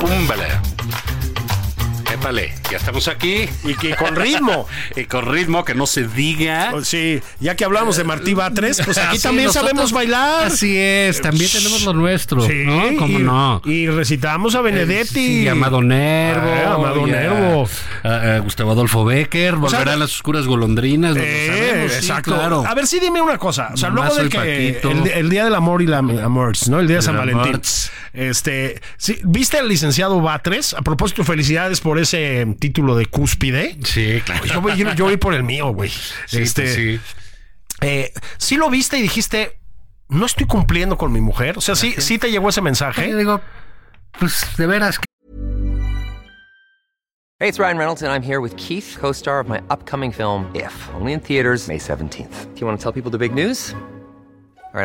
Speaker 4: ¡Púmbala! Épale, ya estamos aquí.
Speaker 3: Y que con
Speaker 4: [laughs]
Speaker 3: ritmo.
Speaker 4: Y con ritmo que no se diga.
Speaker 3: Pues sí, ya que hablamos de Martí Batres, pues aquí
Speaker 4: Así
Speaker 3: también
Speaker 4: nosotros-
Speaker 3: sabemos bailar.
Speaker 4: Así es, también tenemos lo nuestro.
Speaker 3: Eh, Sí,
Speaker 4: ¿no? ¿Cómo
Speaker 3: y,
Speaker 4: no? Eh,
Speaker 3: Y recitamos a Benedetti.
Speaker 4: Sí, y Amado Nervo.
Speaker 3: Ah, Amado
Speaker 4: y a-
Speaker 3: Nervo.
Speaker 4: a- a Gustavo Adolfo Becker.
Speaker 3: sea,
Speaker 4: Volverán las oscuras golondrinas. no lo
Speaker 3: Eh,
Speaker 4: sabemos, sí,
Speaker 3: exacto.
Speaker 4: claro.
Speaker 3: A ver, sí, dime una cosa. O sea, luego
Speaker 4: Mazo
Speaker 3: de
Speaker 4: y
Speaker 3: que
Speaker 4: Paquito.
Speaker 3: el, el día del amor y la amores, ¿no? El día de San
Speaker 4: El
Speaker 3: Valentín.
Speaker 4: amorts.
Speaker 3: Este, sí, ¿viste al licenciado Batres? A propósito, felicidades por ese mm, título de cúspide.
Speaker 4: Sí, claro.
Speaker 3: Yo voy, yo voy por el mío, güey.
Speaker 4: [laughs] Sí,
Speaker 3: este,
Speaker 4: pues sí.
Speaker 3: eh, sí lo viste y dijiste, no estoy cumpliendo con mi mujer. O sea, sí, sí te llegó ese
Speaker 4: Yo
Speaker 3: mensaje.
Speaker 4: digo, pues de veras,
Speaker 5: Hey, it's Ryan Reynolds, and I'm here with Keith, co star of my upcoming film, If, only in theaters, May 17th. Do you want to tell people the big news? All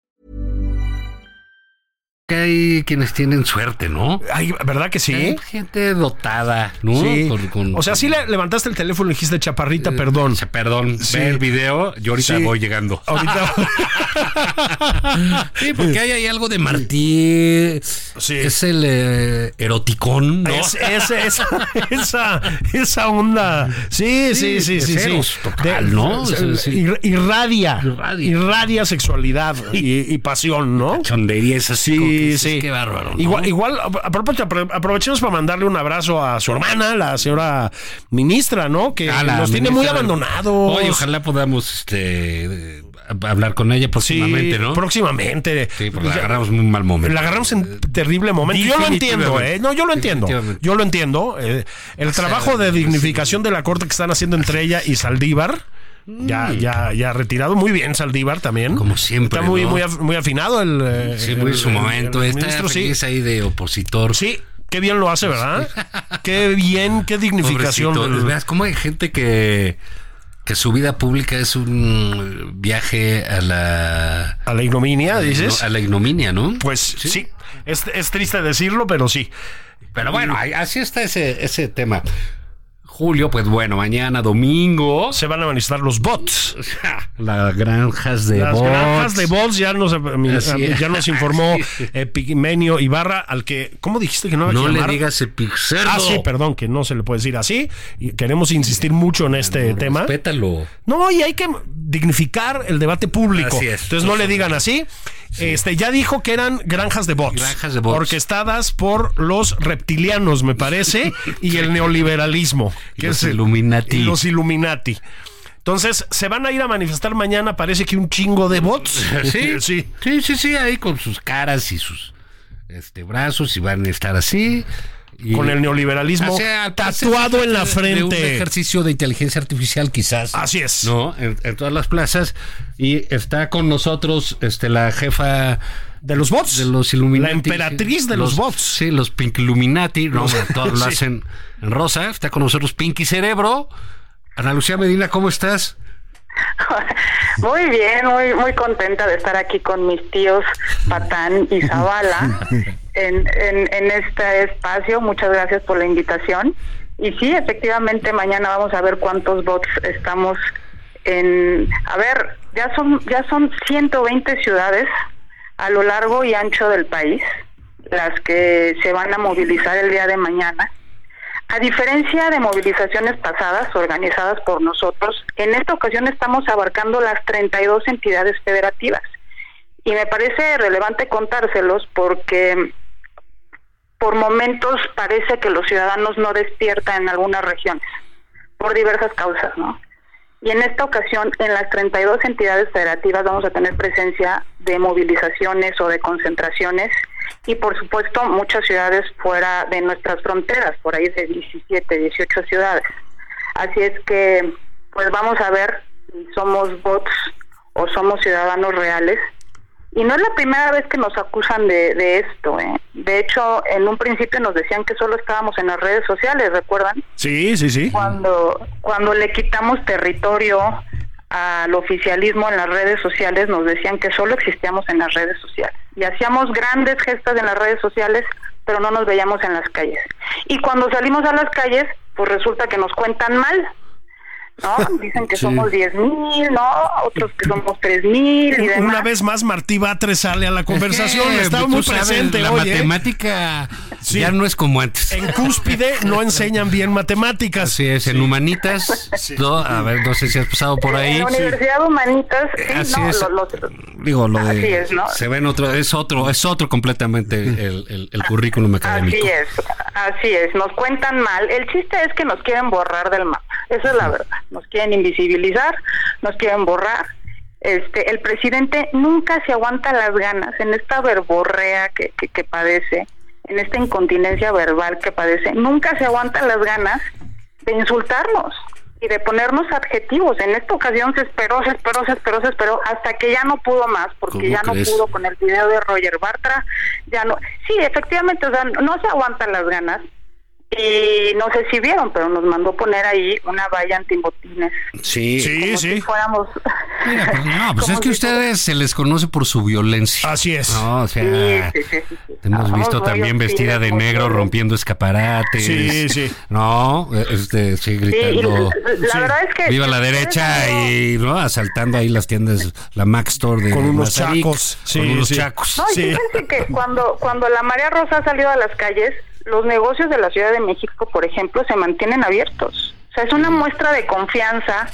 Speaker 4: Que hay quienes tienen suerte, ¿no?
Speaker 3: Ay, ¿Verdad que sí?
Speaker 4: Hay gente dotada, ¿no?
Speaker 3: Sí.
Speaker 4: Con- con- Eh,
Speaker 3: o sea, sí le levantaste el teléfono y dijiste chaparrita, perdón.
Speaker 4: Se- Perdón,
Speaker 3: Sí.
Speaker 4: ve el video, yo ahorita
Speaker 3: Sí.
Speaker 4: voy llegando.
Speaker 3: Ahorita.
Speaker 4: Sí, porque hay, ahí algo de Martí.
Speaker 3: Sí.
Speaker 4: Es el eh, eroticón, [laughs] ¿no?
Speaker 3: [laughs] Es- es- es- esa, esa onda. Sí, sí, sí,
Speaker 4: Sí,
Speaker 3: sí. sí.
Speaker 4: ceros total, ¿no?
Speaker 3: se-
Speaker 4: O sea, sí.
Speaker 3: ir- Irradia,
Speaker 4: Irradia.
Speaker 3: irradia sexualidad y, y pasión, ¿no?
Speaker 4: Chondería es así. como que
Speaker 3: Sí,
Speaker 4: dices,
Speaker 3: sí.
Speaker 4: Qué bárbaro. ¿no?
Speaker 3: Igual, igual a- a propósito, apro- aprovechemos para mandarle un abrazo a su hermana, la señora ministra, ¿no? Que
Speaker 4: A la
Speaker 3: nos tiene muy
Speaker 4: ministra-
Speaker 3: abandonados.
Speaker 4: Oye, ojalá podamos este, eh, hablar con ella próximamente,
Speaker 3: Sí,
Speaker 4: ¿no?
Speaker 3: Próximamente. Pues
Speaker 4: Sí, porque la agarramos en un mal momento.
Speaker 3: La agarramos en terrible momento. Yo lo entiendo,
Speaker 4: Definitivamente.
Speaker 3: ¿eh? No, yo lo entiendo.
Speaker 4: Definitivamente.
Speaker 3: Yo lo entiendo. eh, el
Speaker 4: sea,
Speaker 3: trabajo de
Speaker 4: sí.
Speaker 3: dignificación de la corte que están haciendo entre ella y Saldívar. Ya, ya, ya retirado. Muy bien, Saldívar también.
Speaker 4: Mm. Como siempre,
Speaker 3: Está muy,
Speaker 4: ¿no?
Speaker 3: muy, af- muy afinado el. eh,
Speaker 4: Sí, muy en su
Speaker 3: el- el-
Speaker 4: momento.
Speaker 3: el
Speaker 4: Está
Speaker 3: ministro, sí.
Speaker 4: feliz ahí de opositor.
Speaker 3: Sí, qué bien lo hace,
Speaker 4: [laughs]
Speaker 3: ¿verdad? qué bien, qué dignificación.
Speaker 4: Pobrecito.
Speaker 3: del-
Speaker 4: Veas cómo hay gente que, que su vida pública es un viaje a la,
Speaker 3: a la ignominia, dices.
Speaker 4: a la ignominia, ¿no?
Speaker 3: Pues sí, Es, es triste decirlo, pero sí.
Speaker 4: Pero bueno, ahí- así está ese, ese tema. Julio, pues bueno, mañana domingo.
Speaker 3: Se van a manifestar los [laughs] bots.
Speaker 4: Las granjas de
Speaker 3: Las
Speaker 4: bots.
Speaker 3: granjas de bots ya nos, eh,
Speaker 4: Así es.
Speaker 3: ya nos informó
Speaker 4: [laughs] Sí.
Speaker 3: eh, Pigmenio Ibarra, al que, ¿cómo dijiste que no había
Speaker 4: No
Speaker 3: que
Speaker 4: le
Speaker 3: llamar?
Speaker 4: digas el pixel.
Speaker 3: Ah, sí, perdón, que no se le puede decir así. Y queremos insistir mucho en este tema.
Speaker 4: Respétalo.
Speaker 3: No, y hay que dignificar el debate público.
Speaker 4: Así es.
Speaker 3: Entonces no le digan así. Este ya dijo que eran granjas de bots,
Speaker 4: Granjas de bots.
Speaker 3: orquestadas por los reptilianos, me parece, y
Speaker 4: [laughs]
Speaker 3: el neoliberalismo,
Speaker 4: Y los Illuminati.
Speaker 3: y los Illuminati. Entonces, se van a ir a manifestar mañana, parece que un chingo de bots.
Speaker 4: [laughs] ¿Sí?
Speaker 3: [laughs] sí.
Speaker 4: sí, sí, sí, ahí con sus caras y sus este, brazos y van a estar así. Y-
Speaker 3: Con el neoliberalismo
Speaker 4: Hace- hace-
Speaker 3: tatuado en la
Speaker 4: De un
Speaker 3: frente.
Speaker 4: ejercicio de inteligencia artificial, quizás.
Speaker 3: Así es.
Speaker 4: ¿No? En, en todas las plazas. Y está con nosotros este, la jefa
Speaker 3: De los bots.
Speaker 4: de los Illuminati.
Speaker 3: La emperatriz de los bots.
Speaker 4: Sí, los Pink Illuminati. No,
Speaker 3: Los-
Speaker 4: [laughs] todos lo
Speaker 3: sí.
Speaker 4: hacen en rosa. Está con nosotros Pinky Cerebro. Ana Lucía Medina, ¿cómo estás?
Speaker 6: [laughs] Muy bien, muy muy contenta de estar aquí con mis tíos Patán y Zavala en, en, en este espacio. Muchas gracias por la invitación. Y sí, efectivamente, mañana vamos a ver cuántos bots estamos en... A ver, ya son, ya son 120 ciudades a lo largo y ancho del país las que se van a movilizar el día de mañana. A diferencia de movilizaciones pasadas organizadas por nosotros, en esta ocasión estamos abarcando las 32 entidades federativas. Y me parece relevante contárselos porque por momentos parece que los ciudadanos no despiertan en algunas regiones, por diversas causas, ¿no? Y en esta ocasión, en las 32 entidades federativas vamos a tener presencia de movilizaciones o de concentraciones y, por supuesto, muchas ciudades fuera de nuestras fronteras, por ahí de 17, 18 ciudades. Así es que, pues vamos a ver si somos bots o somos ciudadanos reales. Y no es la primera vez que nos acusan de, de esto. ¿eh? De hecho, en un principio nos decían que solo estábamos en las redes sociales, ¿recuerdan?
Speaker 3: Sí, sí, sí.
Speaker 6: cuando cuando le quitamos territorio al oficialismo en las redes sociales nos decían que solo existíamos en las redes sociales y hacíamos grandes gestas en las redes sociales pero no nos veíamos en las calles y cuando salimos a las calles pues resulta que nos cuentan mal
Speaker 3: [laughs]
Speaker 6: no dicen que somos diez mil no otros que somos tres mil y demás
Speaker 3: Una vez más, Martí Batres sale a la conversación.
Speaker 4: Eh,
Speaker 3: Está
Speaker 4: tú
Speaker 3: muy
Speaker 4: sabes,
Speaker 3: presente
Speaker 4: La
Speaker 3: hoy, ¿eh?
Speaker 4: matemática ya no es como antes.
Speaker 3: En cúspide no enseñan bien matemáticas.
Speaker 4: Así es, en Humanitas. no, a ver, no sé si has pasado por
Speaker 6: en
Speaker 4: ahí. Eh,
Speaker 6: la Universidad de Humanitas sí,
Speaker 4: Así
Speaker 6: no,
Speaker 4: es.
Speaker 6: los- los-
Speaker 4: Digo, lo
Speaker 6: Así
Speaker 4: de.
Speaker 6: es, ¿no?
Speaker 4: Se ven otro, es otro, es otro completamente el, el- el currículum académico.
Speaker 6: Así es, así es, nos cuentan mal. El chiste es que nos quieren borrar del mapa, esa es la verdad. Nos quieren invisibilizar, nos quieren borrar. Este, el presidente nunca se aguanta las ganas en esta verborrea que, que, que padece en esta incontinencia verbal que padece, nunca se aguantan las ganas de insultarnos y de ponernos adjetivos. En esta ocasión se esperó, se esperó, se esperó, se esperó, hasta que ya no pudo más, porque
Speaker 4: ¿Cómo
Speaker 6: ya
Speaker 4: crees?
Speaker 6: no pudo con el video de Roger Bartra, ya no. Sí, efectivamente, o sea, no se aguantan las ganas. Y no sé si vieron, pero nos mandó poner ahí una valla antibotines.
Speaker 4: Sí.
Speaker 3: Sí,
Speaker 6: como
Speaker 3: sí.
Speaker 6: si fuéramos.
Speaker 4: Mira,
Speaker 6: [laughs]
Speaker 4: pues, no, pues
Speaker 6: como
Speaker 4: es que
Speaker 6: si-
Speaker 4: ustedes se les conoce por su violencia.
Speaker 3: Así es.
Speaker 4: No, o
Speaker 6: Sí,
Speaker 4: sea,
Speaker 6: sí, sí, sí, sí.
Speaker 4: te hemos
Speaker 6: Somos
Speaker 4: visto
Speaker 6: muy
Speaker 4: también
Speaker 6: hostiles,
Speaker 4: vestida de
Speaker 6: muy
Speaker 4: negro
Speaker 6: hostiles.
Speaker 4: rompiendo escaparates.
Speaker 3: Sí, sí.
Speaker 4: No, este, sí,
Speaker 6: Sí, y
Speaker 4: gritando.
Speaker 6: la- la verdad es que.
Speaker 4: Viva la derecha y no asaltando ahí las tiendas, la Mac Store de
Speaker 3: Con unos
Speaker 4: Mazarik,
Speaker 3: chacos. Sí,
Speaker 4: con unos
Speaker 3: sí.
Speaker 4: chacos.
Speaker 6: No, y
Speaker 3: Sí.
Speaker 6: fíjense que cuando, cuando la marea rosa ha salido a las calles, los negocios de la Ciudad de México, por ejemplo, se mantienen abiertos. O sea, es una muestra de confianza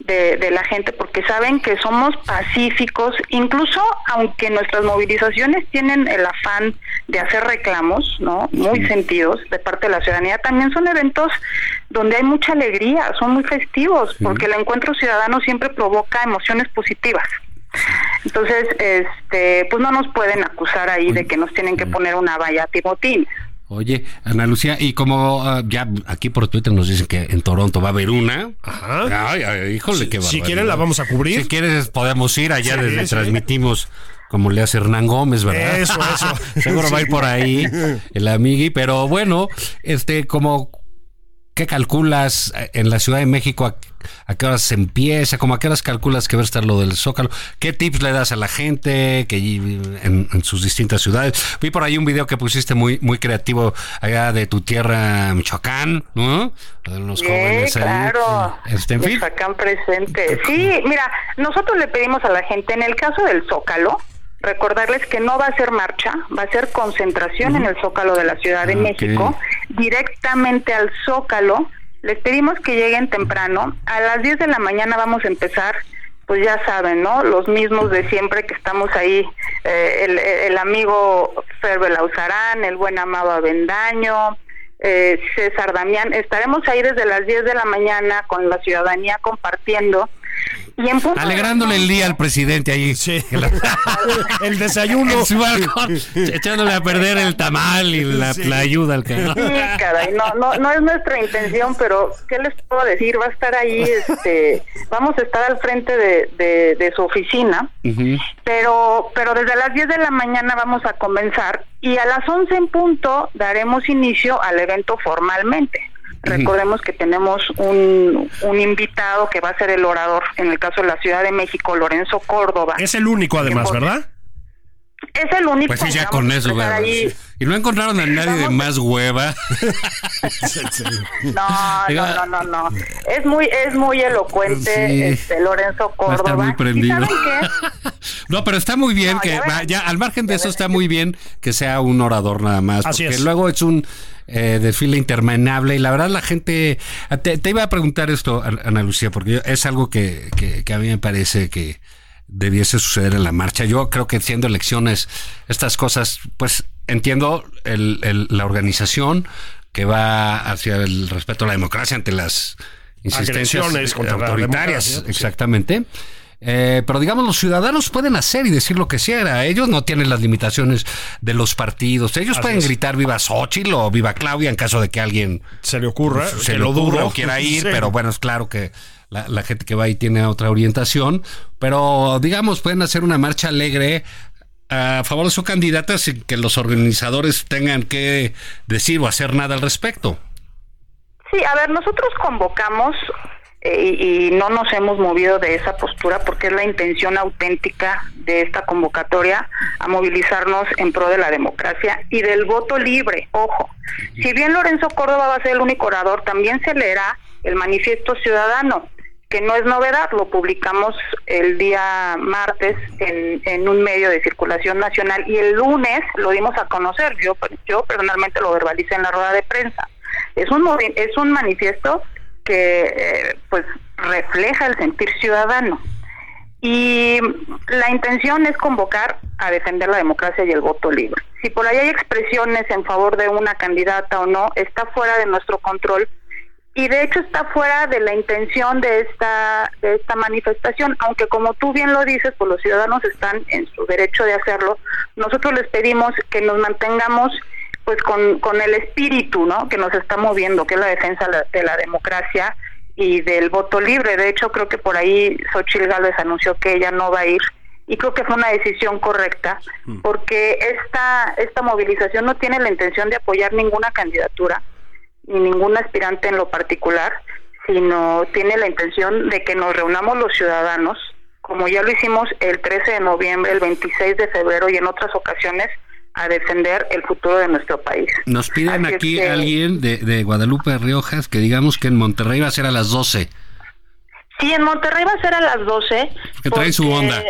Speaker 6: de, de la gente porque saben que somos pacíficos, incluso aunque nuestras movilizaciones tienen el afán de hacer reclamos, ¿no? Muy sentidos de parte de la ciudadanía, también son eventos donde hay mucha alegría, son muy festivos, porque el encuentro ciudadano siempre provoca emociones positivas. Entonces, este, pues no nos pueden acusar ahí de que nos tienen que poner una valla timotín.
Speaker 4: Oye, Ana Lucía, y como ah, ya aquí por Twitter nos dicen que en Toronto va a haber una.
Speaker 3: Ajá.
Speaker 4: Ay, ay, híjole,
Speaker 3: Si- si
Speaker 4: qué barbaridad.
Speaker 3: quieren la vamos a cubrir.
Speaker 4: Si quieres podemos ir allá,
Speaker 3: Sí,
Speaker 4: desde
Speaker 3: sí.
Speaker 4: transmitimos como le hace Hernán Gómez, ¿verdad?
Speaker 3: Eso, eso.
Speaker 4: [laughs] Seguro va a ir
Speaker 3: Sí.
Speaker 4: por ahí el amigui, pero bueno, este, como ¿qué calculas eh, en la Ciudad de México? ¿A, a qué horas se empieza? ¿Cómo a qué horas calculas que va a estar lo del Zócalo? ¿Qué tips le das a la gente que allí vive en, en sus distintas ciudades? Vi por ahí un video que pusiste muy, muy creativo allá de tu tierra, Michoacán, ¿no? Lo de los
Speaker 6: Sí,
Speaker 4: jóvenes ahí.
Speaker 6: claro.
Speaker 4: Este, en fin. Eh,
Speaker 6: Michoacán presente. Sí, mira, nosotros le pedimos a la gente, en el caso del Zócalo, recordarles que no va a ser marcha, va a ser concentración en el Zócalo de la Ciudad de
Speaker 4: Ah, ok.
Speaker 6: México, directamente al Zócalo. Les pedimos que lleguen temprano. A las 10 de la mañana vamos a empezar. Pues ya saben, ¿no? Los mismos de siempre que estamos ahí, eh, el, el amigo Fer Belauzarán, el buen amado Avendaño, eh, César Damián. Estaremos ahí desde las 10 de la mañana con la ciudadanía compartiendo. Y en punto de-
Speaker 4: Alegrándole el día al presidente ahí. [laughs]
Speaker 3: Sí.
Speaker 4: Que la-
Speaker 3: El desayuno.
Speaker 4: en su balcón, echándole a perder el tamal y la,
Speaker 3: Sí.
Speaker 4: la ayuda al cabrón.
Speaker 6: Sí, caray, no, no, no es nuestra intención, pero ¿qué les puedo decir? Va a estar ahí, este, vamos a estar al frente de, de, de su oficina, pero, pero desde las 10 de la mañana vamos a comenzar y a las 11 en punto daremos inicio al evento formalmente. Recordemos que tenemos un, un invitado que va a ser el orador, en el caso de la Ciudad de México, Lorenzo Córdoba.
Speaker 3: Es el único, además, ¿verdad?
Speaker 6: Es el único.
Speaker 4: Pues sí,
Speaker 6: que
Speaker 4: ya
Speaker 6: vamos
Speaker 4: con
Speaker 6: a
Speaker 4: eso,
Speaker 6: estar
Speaker 4: ¿verdad?
Speaker 6: ahí.
Speaker 4: Y no encontraron a nadie de más
Speaker 6: [laughs]
Speaker 4: hueva. [laughs]
Speaker 6: No,
Speaker 4: Oiga.
Speaker 6: no, no, no, no. Es muy, es muy elocuente
Speaker 4: Sí.
Speaker 6: este, Lorenzo
Speaker 4: Va a
Speaker 6: Córdoba.
Speaker 4: estar muy prendido.
Speaker 6: ¿Y saben qué?
Speaker 4: No, pero está muy bien
Speaker 6: No,
Speaker 4: que
Speaker 6: ya verás.
Speaker 4: va- ya al margen de eso está muy bien que sea un orador nada más,
Speaker 3: Así
Speaker 4: porque
Speaker 3: es.
Speaker 4: luego es un eh, desfile interminable y la verdad la gente te, te iba a preguntar esto, An- Ana Lucía, porque yo- es algo que, que- que a mí me parece que debiese suceder en la marcha. Yo creo que siendo elecciones estas cosas, pues entiendo el- el- la organización que va hacia el respeto a la democracia ante las insistencias
Speaker 3: Agresiones contra la
Speaker 4: autoritarias,
Speaker 3: democracia, pues, sí.
Speaker 4: Exactamente. Eh, pero digamos, los ciudadanos pueden hacer y decir lo que quiera. Ellos no tienen las limitaciones de los partidos. Ellos
Speaker 3: Así
Speaker 4: pueden
Speaker 3: es.
Speaker 4: gritar viva Xochitl o viva Claudia en caso de que alguien
Speaker 3: Se le ocurra.
Speaker 4: pues,
Speaker 3: que
Speaker 4: se lo duro
Speaker 3: dudo.
Speaker 4: o quiera
Speaker 3: [laughs]
Speaker 4: ir,
Speaker 3: Sí.
Speaker 4: pero bueno, es claro que la, la gente que va ahí tiene otra orientación. Pero digamos, pueden hacer una marcha alegre a favor de su candidata sin que los organizadores tengan que decir o hacer nada al respecto.
Speaker 6: Sí, a ver, nosotros convocamos eh, y, y no nos hemos movido de esa postura porque es la intención auténtica de esta convocatoria a movilizarnos en pro de la democracia y del voto libre, ojo. Si bien Lorenzo Córdoba va a ser el único orador, también se leerá el manifiesto ciudadano, que no es novedad, lo publicamos el día martes en, en un medio de circulación nacional y el lunes lo dimos a conocer, yo, yo personalmente lo verbalicé en la rueda de prensa es un movi- es un manifiesto que eh, pues refleja el sentir ciudadano y la intención es convocar a defender la democracia y el voto libre. Si por ahí hay expresiones en favor de una candidata o no, está fuera de nuestro control y de hecho está fuera de la intención de esta de esta manifestación, aunque como tú bien lo dices, pues los ciudadanos están en su derecho de hacerlo. Nosotros les pedimos que nos mantengamos pues con, con el espíritu ¿no? que nos está moviendo, que es la defensa la- de la democracia y del voto libre. De hecho, creo que por ahí Xochitl Gálvez anunció que ella no va a ir y creo que fue una decisión correcta porque esta, esta movilización no tiene la intención de apoyar ninguna candidatura ni ningún aspirante en lo particular, sino tiene la intención de que nos reunamos los ciudadanos, como ya lo hicimos el 13 de noviembre, el 26 de febrero y en otras ocasiones, a defender el futuro de nuestro país.
Speaker 4: Nos piden
Speaker 6: Así es
Speaker 4: aquí
Speaker 6: que,
Speaker 4: alguien de, de Guadalupe Riojas que digamos que en Monterrey va a ser a las 12.
Speaker 6: Sí, en Monterrey va a ser a las 12.
Speaker 4: Que traen su
Speaker 6: porque- [laughs]
Speaker 4: onda.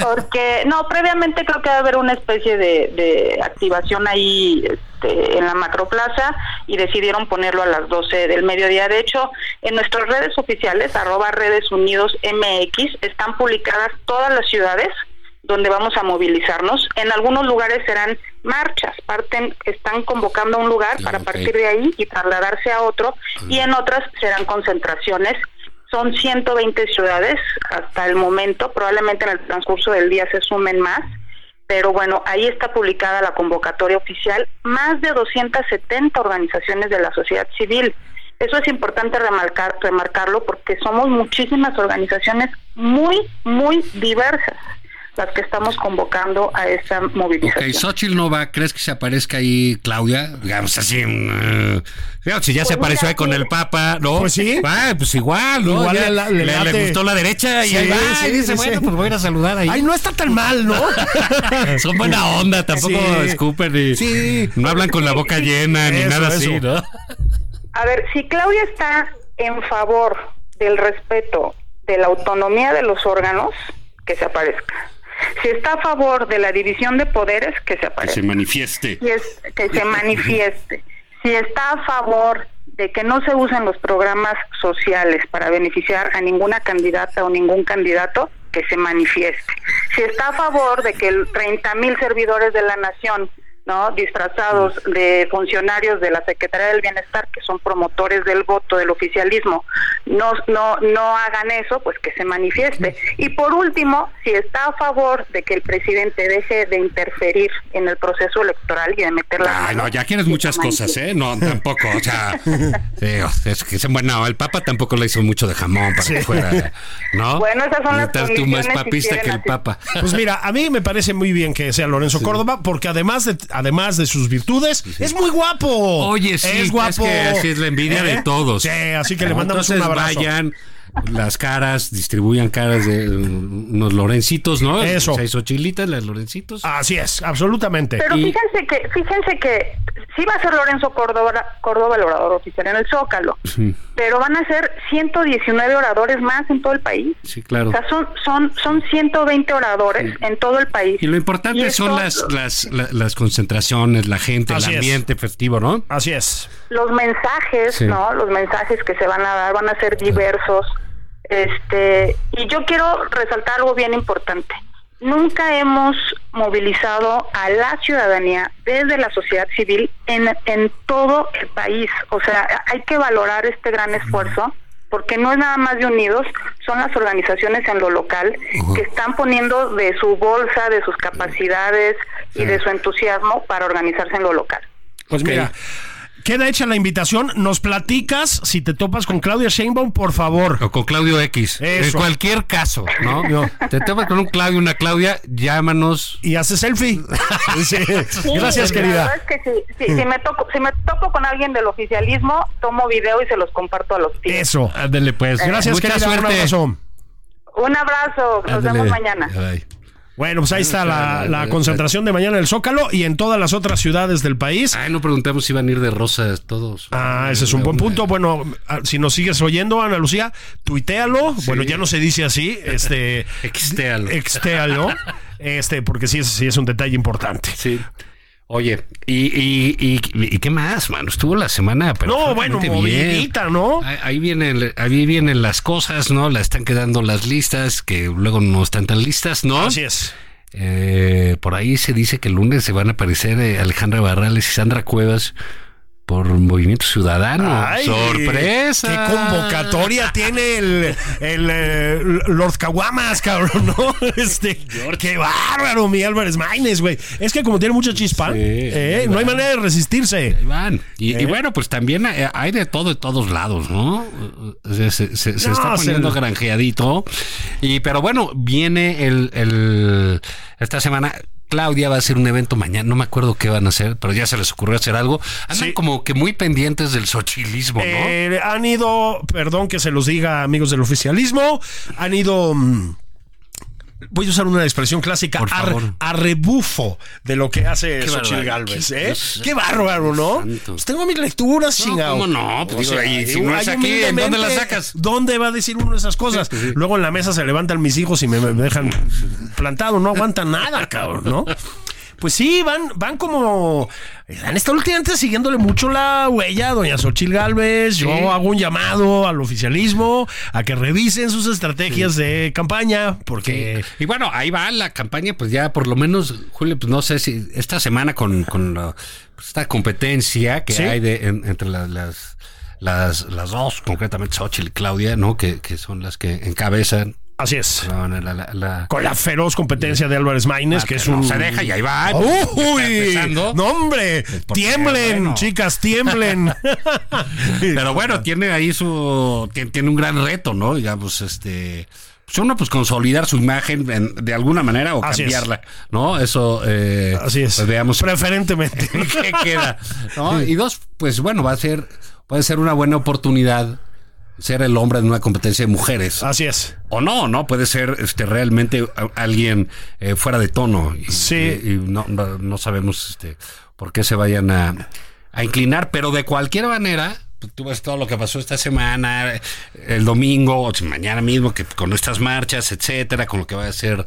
Speaker 6: porque no previamente creo que va a haber una especie de, de activación ahí este, en la macroplaza y decidieron ponerlo a las 12 del mediodía de hecho en nuestras redes oficiales arroba redes unidos mx están publicadas todas las ciudades donde vamos a movilizarnos en algunos lugares serán marchas parten están convocando a un lugar para
Speaker 4: ok.
Speaker 6: partir de ahí y trasladarse a otro y en otras serán concentraciones son 120 ciudades hasta el momento, probablemente en el transcurso del día se sumen más, pero bueno, ahí está publicada la convocatoria oficial, más de 270 organizaciones de la sociedad civil. Eso es importante remarcar, remarcarlo porque somos muchísimas organizaciones muy, muy diversas las que estamos convocando a esta
Speaker 4: Ok,
Speaker 6: movilización.
Speaker 4: Xochitl no va. ¿Crees que se aparezca ahí Claudia? Digamos así. mm, digamos, si ya se
Speaker 6: Pues
Speaker 4: apareció
Speaker 6: mira,
Speaker 4: ahí con
Speaker 6: sí.
Speaker 4: el Papa, ¿no?
Speaker 3: Pues sí.
Speaker 4: Ah, pues igual, ¿no?
Speaker 3: Igual
Speaker 4: Ya
Speaker 3: le-
Speaker 4: le,
Speaker 3: le
Speaker 4: le
Speaker 3: late.
Speaker 4: gustó la derecha y
Speaker 3: Sí,
Speaker 4: ahí va.
Speaker 3: sí,
Speaker 4: y dice,
Speaker 3: sí.
Speaker 4: bueno, pues voy a ir a saludar ahí.
Speaker 3: Ay, no está tan mal, ¿no?
Speaker 4: [laughs] Son buena onda, tampoco
Speaker 3: Sí.
Speaker 4: escupen y
Speaker 3: Sí.
Speaker 4: no hablan con la boca llena ni
Speaker 3: Eso,
Speaker 4: nada así,
Speaker 3: eso.
Speaker 4: ¿no?
Speaker 6: A ver, si Claudia está en favor del respeto de la autonomía de los órganos, que se aparezca. Si está a favor de la división de poderes, que se aparezca.
Speaker 4: manifieste.
Speaker 6: Si es- que se manifieste. Si está a favor de que no se usen los programas sociales para beneficiar a ninguna candidata o ningún candidato, que se manifieste. Si está a favor de que el 30 mil servidores de la nación, ¿no? disfrazados de funcionarios de la Secretaría del Bienestar, que son promotores del voto, del oficialismo, no, no, no hagan eso, pues que se manifieste. Y por último, si está a favor de que el presidente deje de interferir en el proceso electoral y de meter la...
Speaker 4: Ay,
Speaker 6: mano,
Speaker 4: Ah, no, ya quieres
Speaker 6: que
Speaker 4: muchas
Speaker 6: se
Speaker 4: cosas, ¿eh? No, tampoco, o
Speaker 6: [laughs]
Speaker 4: sea, sí, es que, bueno, el Papa tampoco le hizo mucho de jamón para que fuera, ¿no?
Speaker 6: Bueno, esas son las
Speaker 4: Estás tú más
Speaker 6: condiciones, si
Speaker 4: papista que
Speaker 6: quieren
Speaker 4: el
Speaker 6: así.
Speaker 4: Papa.
Speaker 3: Pues mira, a mí me parece muy bien que sea Lorenzo Córdoba, porque además de, además de sus virtudes, es muy guapo.
Speaker 4: Oye, sí, es
Speaker 3: Pues, es guapo.
Speaker 4: que así es la envidia
Speaker 3: ¿Eh?
Speaker 4: de todos.
Speaker 3: Sí, así que le
Speaker 4: No,
Speaker 3: mandamos un
Speaker 4: entonces
Speaker 3: abrazo.
Speaker 4: Vayan las caras, distribuyan caras de mm, unos lorencitos, ¿no?
Speaker 3: Eso. Ah.
Speaker 4: Seis ochilitas, las lorencitos.
Speaker 3: Así es, absolutamente.
Speaker 6: Pero
Speaker 4: Y-
Speaker 6: fíjense que, fíjense que sí va a ser Lorenzo Córdoba, Córdoba el orador oficial en el Zócalo, pero van a ser 119 oradores más en todo el país.
Speaker 4: Sí, claro.
Speaker 6: O sea, son, son, son 120 oradores en todo el país.
Speaker 4: Y lo importante
Speaker 6: Y
Speaker 4: son
Speaker 6: esto-
Speaker 4: las, las, la- las concentraciones, la gente,
Speaker 3: Así
Speaker 4: el
Speaker 3: es.
Speaker 4: ambiente festivo, ¿no?
Speaker 3: Así es.
Speaker 6: los mensajes,
Speaker 4: Sí.
Speaker 6: ¿no? Los mensajes que se van a dar van a ser diversos. Este, y yo quiero resaltar algo bien importante. Nunca hemos movilizado a la ciudadanía desde la sociedad civil en, en todo el país. O sea, hay que valorar este gran esfuerzo porque no es nada más de Unidos, son las organizaciones en lo local que están poniendo de su bolsa, de sus capacidades y de su entusiasmo para organizarse en lo local.
Speaker 3: Pues
Speaker 4: Ok.
Speaker 3: mira, queda hecha la invitación. Nos platicas si te topas con Claudia Sheinbaum, por favor.
Speaker 4: O con Claudio X.
Speaker 3: Eso.
Speaker 4: En cualquier caso,
Speaker 3: [laughs]
Speaker 4: ¿no? Te tomas con un Claudio, una Claudia, llámanos.
Speaker 3: Y hace selfie. Sí. Gracias,
Speaker 6: Sí, La verdad
Speaker 3: querida. Mm.
Speaker 6: es que si, si- si me toco, si me topo con alguien del oficialismo, tomo video y se los comparto a los tíos.
Speaker 3: Eso. Eh,
Speaker 4: Ándale, pues.
Speaker 3: Gracias,
Speaker 4: Mucha
Speaker 3: querida. Un
Speaker 4: suerte.
Speaker 3: abrazo.
Speaker 6: Un abrazo, nos
Speaker 4: Ándale.
Speaker 6: vemos mañana.
Speaker 4: Ay.
Speaker 3: Bueno, pues ahí está la, la concentración de mañana en el Zócalo y en todas las otras ciudades del país.
Speaker 4: Ay, no preguntamos si iban a ir de rosas todos.
Speaker 3: Ah, ese es un buen punto. Bueno, ah, si nos sigues oyendo, Ana Lucía, tuitealo. Bueno, ya no se dice así, este,
Speaker 4: Extéalo.
Speaker 3: extéalo, este, porque sí es, sí es un detalle importante.
Speaker 4: Sí. Oye, y, y, y, y qué más, mano? Estuvo la semana, pero
Speaker 3: No, bueno, movidita, ¿no?
Speaker 4: Ahí, ahí vienen, ahí vienen las cosas, ¿no? La están quedando las listas, que luego no están tan listas, ¿no?
Speaker 3: Así es.
Speaker 4: Eh, por ahí se dice que el lunes se van a aparecer eh, Alejandra Barrales y Sandra Cuevas por Movimiento Ciudadano.
Speaker 3: ¡Ay!
Speaker 4: ¡Sorpresa!
Speaker 3: ¡Qué convocatoria tiene el, el, eh, Lord Caguamas, cabrón! ¿no? Este, ¡Qué bárbaro, mi Álvarez Maínez, güey! Es que como tiene mucha chispa,
Speaker 4: Sí,
Speaker 3: eh,
Speaker 4: ahí
Speaker 3: no
Speaker 4: va.
Speaker 3: hay manera de resistirse.
Speaker 4: Ahí van. Y, y bueno, pues también eh, hay de todo de todos lados, ¿no? Se, se- se- se
Speaker 3: No,
Speaker 4: está
Speaker 3: se-
Speaker 4: poniendo granjeadito. Y, pero bueno, viene el, el- esta semana. Claudia va a hacer un evento mañana, no me acuerdo qué van a hacer, pero ya se les ocurrió hacer algo. Andan
Speaker 3: Sí.
Speaker 4: como que muy pendientes del xochilismo, ¿no?
Speaker 3: Eh, han ido, perdón que se los diga, amigos del oficialismo, han ido. mm, Voy a usar una expresión clásica,
Speaker 4: Por
Speaker 3: ar-
Speaker 4: favor.
Speaker 3: a rebufo de lo que hace
Speaker 4: Qué
Speaker 3: Xochitl
Speaker 4: barbaridad.
Speaker 3: Galvez.
Speaker 4: Qué-
Speaker 3: ¿eh?
Speaker 4: Dios-
Speaker 3: Qué bárbaro, ¿no?
Speaker 4: Santo.
Speaker 3: Pues tengo mis lecturas, chingado.
Speaker 4: ¿cómo no? Pues digo, ahí, si no es
Speaker 3: ahí
Speaker 4: aquí, ¿en dónde la
Speaker 3: humildemente,
Speaker 4: sacas?
Speaker 3: ¿Dónde va a decir uno esas cosas? Luego en la mesa se levantan mis hijos y me, me dejan plantado, no aguantan nada, cabrón, ¿no? Pues sí, van, van como. Han estado últimamente siguiéndole mucho la huella a doña Xochil Gálvez. Yo hago un llamado al oficialismo a que revisen sus estrategias de campaña, porque.
Speaker 4: Y bueno, ahí va la campaña, pues ya por lo menos, Julio, pues no sé si esta semana con, con la- pues, esta competencia que
Speaker 3: Sí.
Speaker 4: hay de, en- entre la- las, las, las dos, concretamente Xochitl y Claudia, ¿no? Que, que son las que encabezan
Speaker 3: Así es.
Speaker 4: la- la- la- la-
Speaker 3: Con la feroz competencia de Álvarez Maínez,
Speaker 4: Ah,
Speaker 3: que es
Speaker 4: no
Speaker 3: un.
Speaker 4: se deja y ahí va. Está
Speaker 3: ¡Uy!
Speaker 4: empezando.
Speaker 3: ¡No, hombre!
Speaker 4: porque,
Speaker 3: ¡Tiemblen,
Speaker 4: bueno.
Speaker 3: chicas, tiemblen!
Speaker 4: [laughs] Pero bueno, tiene ahí su. Tiene, tiene un gran reto, ¿no? Digamos, este. Pues uno, pues consolidar su imagen en- de alguna manera o
Speaker 3: Así es.
Speaker 4: cambiarla, ¿no? Eso. eh,
Speaker 3: Así es.
Speaker 4: pues, veamos.
Speaker 3: Preferentemente. [laughs]
Speaker 4: [laughs] ¿Qué queda? ¿No? Y dos, pues bueno, va a ser. Puede ser una buena oportunidad ser el hombre en una competencia de mujeres.
Speaker 3: Así es.
Speaker 4: O no, ¿no? Puede ser este, realmente a- alguien eh, fuera de tono. Y,
Speaker 3: Sí.
Speaker 4: Y, y no, no- no sabemos este, por qué se vayan a, a inclinar, pero de cualquier manera, pues, tú ves todo lo que pasó esta semana, eh, el domingo, o si mañana mismo, que con estas marchas, etcétera, con lo que va a hacer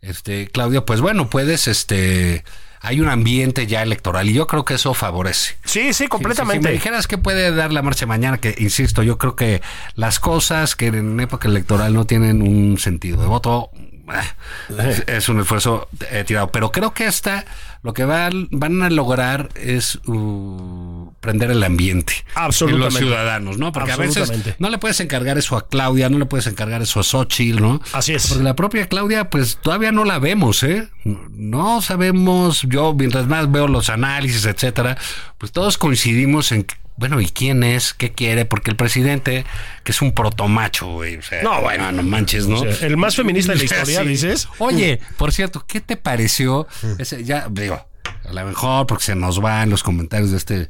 Speaker 4: este, Claudia, pues bueno, puedes, este, hay un ambiente ya electoral y yo creo que eso favorece.
Speaker 3: Sí, sí,
Speaker 4: Si, si me
Speaker 3: completamente.
Speaker 4: dijeras que puede dar la marcha mañana, que insisto, yo creo que las cosas que en época electoral no tienen un sentido de voto eh, es- es un esfuerzo eh, tirado. Pero creo que esta lo que van, van a lograr es uh, prender el ambiente.
Speaker 3: Absolutamente.
Speaker 4: En los ciudadanos, ¿no? Porque a veces
Speaker 3: Absolutamente.
Speaker 4: no le puedes encargar eso a Claudia, no le puedes encargar eso a Xochitl, ¿no?
Speaker 3: Así es.
Speaker 4: Porque la propia Claudia, pues todavía no la vemos, ¿eh? No sabemos, yo mientras más veo los análisis, etcétera, pues todos coincidimos en, que, bueno, ¿y quién es? ¿Qué quiere? Porque el presidente, que es un protomacho, güey, o sea, ah,
Speaker 3: No, bueno.
Speaker 4: no manches, ¿no?
Speaker 3: O sea, el más feminista de la
Speaker 4: O sea,
Speaker 3: historia,
Speaker 4: [laughs] sí.
Speaker 3: dices.
Speaker 4: Oye, por cierto, ¿qué te pareció? Ese, ya, digo, a lo mejor porque se nos van los comentarios de este,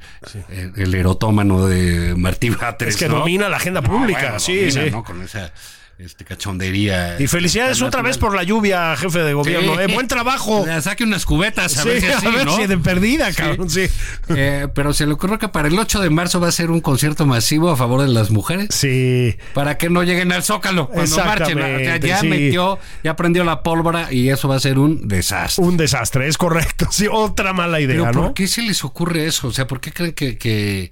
Speaker 4: eh, el, erotómano de Martí Batres.
Speaker 3: Es que
Speaker 4: ¿no? Ah,
Speaker 3: domina la agenda pública.
Speaker 4: Bueno,
Speaker 3: sí,
Speaker 4: domina,
Speaker 3: sí.
Speaker 4: ¿no? Con esa este, cachondería.
Speaker 3: Y felicidades
Speaker 4: Tan
Speaker 3: otra vez
Speaker 4: natural.
Speaker 3: por la lluvia, jefe de gobierno.
Speaker 4: Sí.
Speaker 3: eh. Buen trabajo.
Speaker 4: [laughs] Ya, Saque unas cubetas, a
Speaker 3: Sí,
Speaker 4: ver si así,
Speaker 3: a ver
Speaker 4: ¿no?
Speaker 3: si de perdida, cabrón. Sí.
Speaker 4: [laughs] Eh, pero se le ocurrió que para el 8 de marzo va a ser un concierto masivo a favor de las mujeres.
Speaker 3: Sí.
Speaker 4: Para que no lleguen al Zócalo cuando marchen. O sea,
Speaker 3: Exactamente,
Speaker 4: ya
Speaker 3: sí.
Speaker 4: metió, ya prendió la pólvora y eso va a ser un desastre.
Speaker 3: Un desastre, es correcto. Sí, otra mala idea,
Speaker 4: Pero
Speaker 3: ¿no?
Speaker 4: ¿por qué se les ocurre eso? O sea, ¿por qué creen que, que,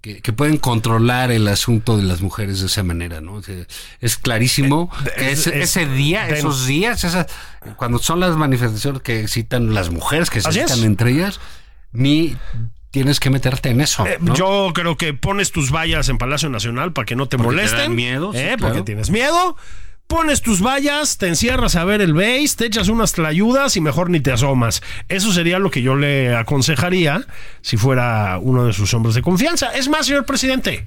Speaker 4: que- que pueden controlar el asunto de las mujeres de esa manera? ¿no? O sea, es clarísimo que
Speaker 3: Eh, es-
Speaker 4: ese,
Speaker 3: es-
Speaker 4: ese día,
Speaker 3: de-
Speaker 4: esos días, esa- cuando son las manifestaciones que excitan las mujeres, que se
Speaker 3: Así
Speaker 4: excitan
Speaker 3: es.
Speaker 4: entre ellas, ni tienes que meterte en eso.
Speaker 3: Eh,
Speaker 4: ¿no?
Speaker 3: Yo creo que pones tus vallas en Palacio Nacional para que no te
Speaker 4: Porque te
Speaker 3: molesten.
Speaker 4: dan miedo, sí,
Speaker 3: eh,
Speaker 4: claro.
Speaker 3: Porque tienes miedo. Pones tus vallas, te encierras a ver el base, te echas unas tlayudas y mejor ni te asomas. Eso sería lo que yo le aconsejaría si fuera uno de sus hombres de confianza. Es más, señor presidente,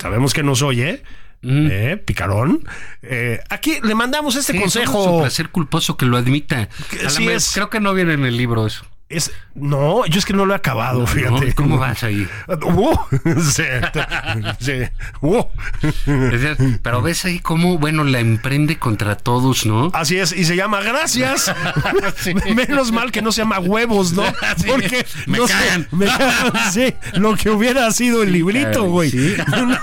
Speaker 3: sabemos que nos oye, eh, picarón. eh, aquí le mandamos este
Speaker 4: Mm. Sí, Es un
Speaker 3: consejo.
Speaker 4: placer culposo que lo admita.
Speaker 3: Que
Speaker 4: A la
Speaker 3: sí
Speaker 4: vez,
Speaker 3: es.
Speaker 4: Creo que no viene en el libro eso.
Speaker 3: Es, no, yo es que no lo he acabado, Oh, fíjate.
Speaker 4: ¿no? ¿Cómo vas ahí?
Speaker 3: Uh, [laughs] sí, sí, uh.
Speaker 4: Es decir, Pero ves ahí cómo, bueno, la emprende contra todos, ¿no?
Speaker 3: Así es, y se llama [laughs] Gracias. Menos mal que no se llama Huevos, [laughs] ¿no?
Speaker 4: Sí,
Speaker 3: Porque
Speaker 4: me
Speaker 3: no sé,
Speaker 4: cagan.
Speaker 3: me cagan, [laughs] sí, lo que hubiera sido el librito,
Speaker 4: caray,
Speaker 3: güey. [laughs]
Speaker 4: sí.
Speaker 3: Una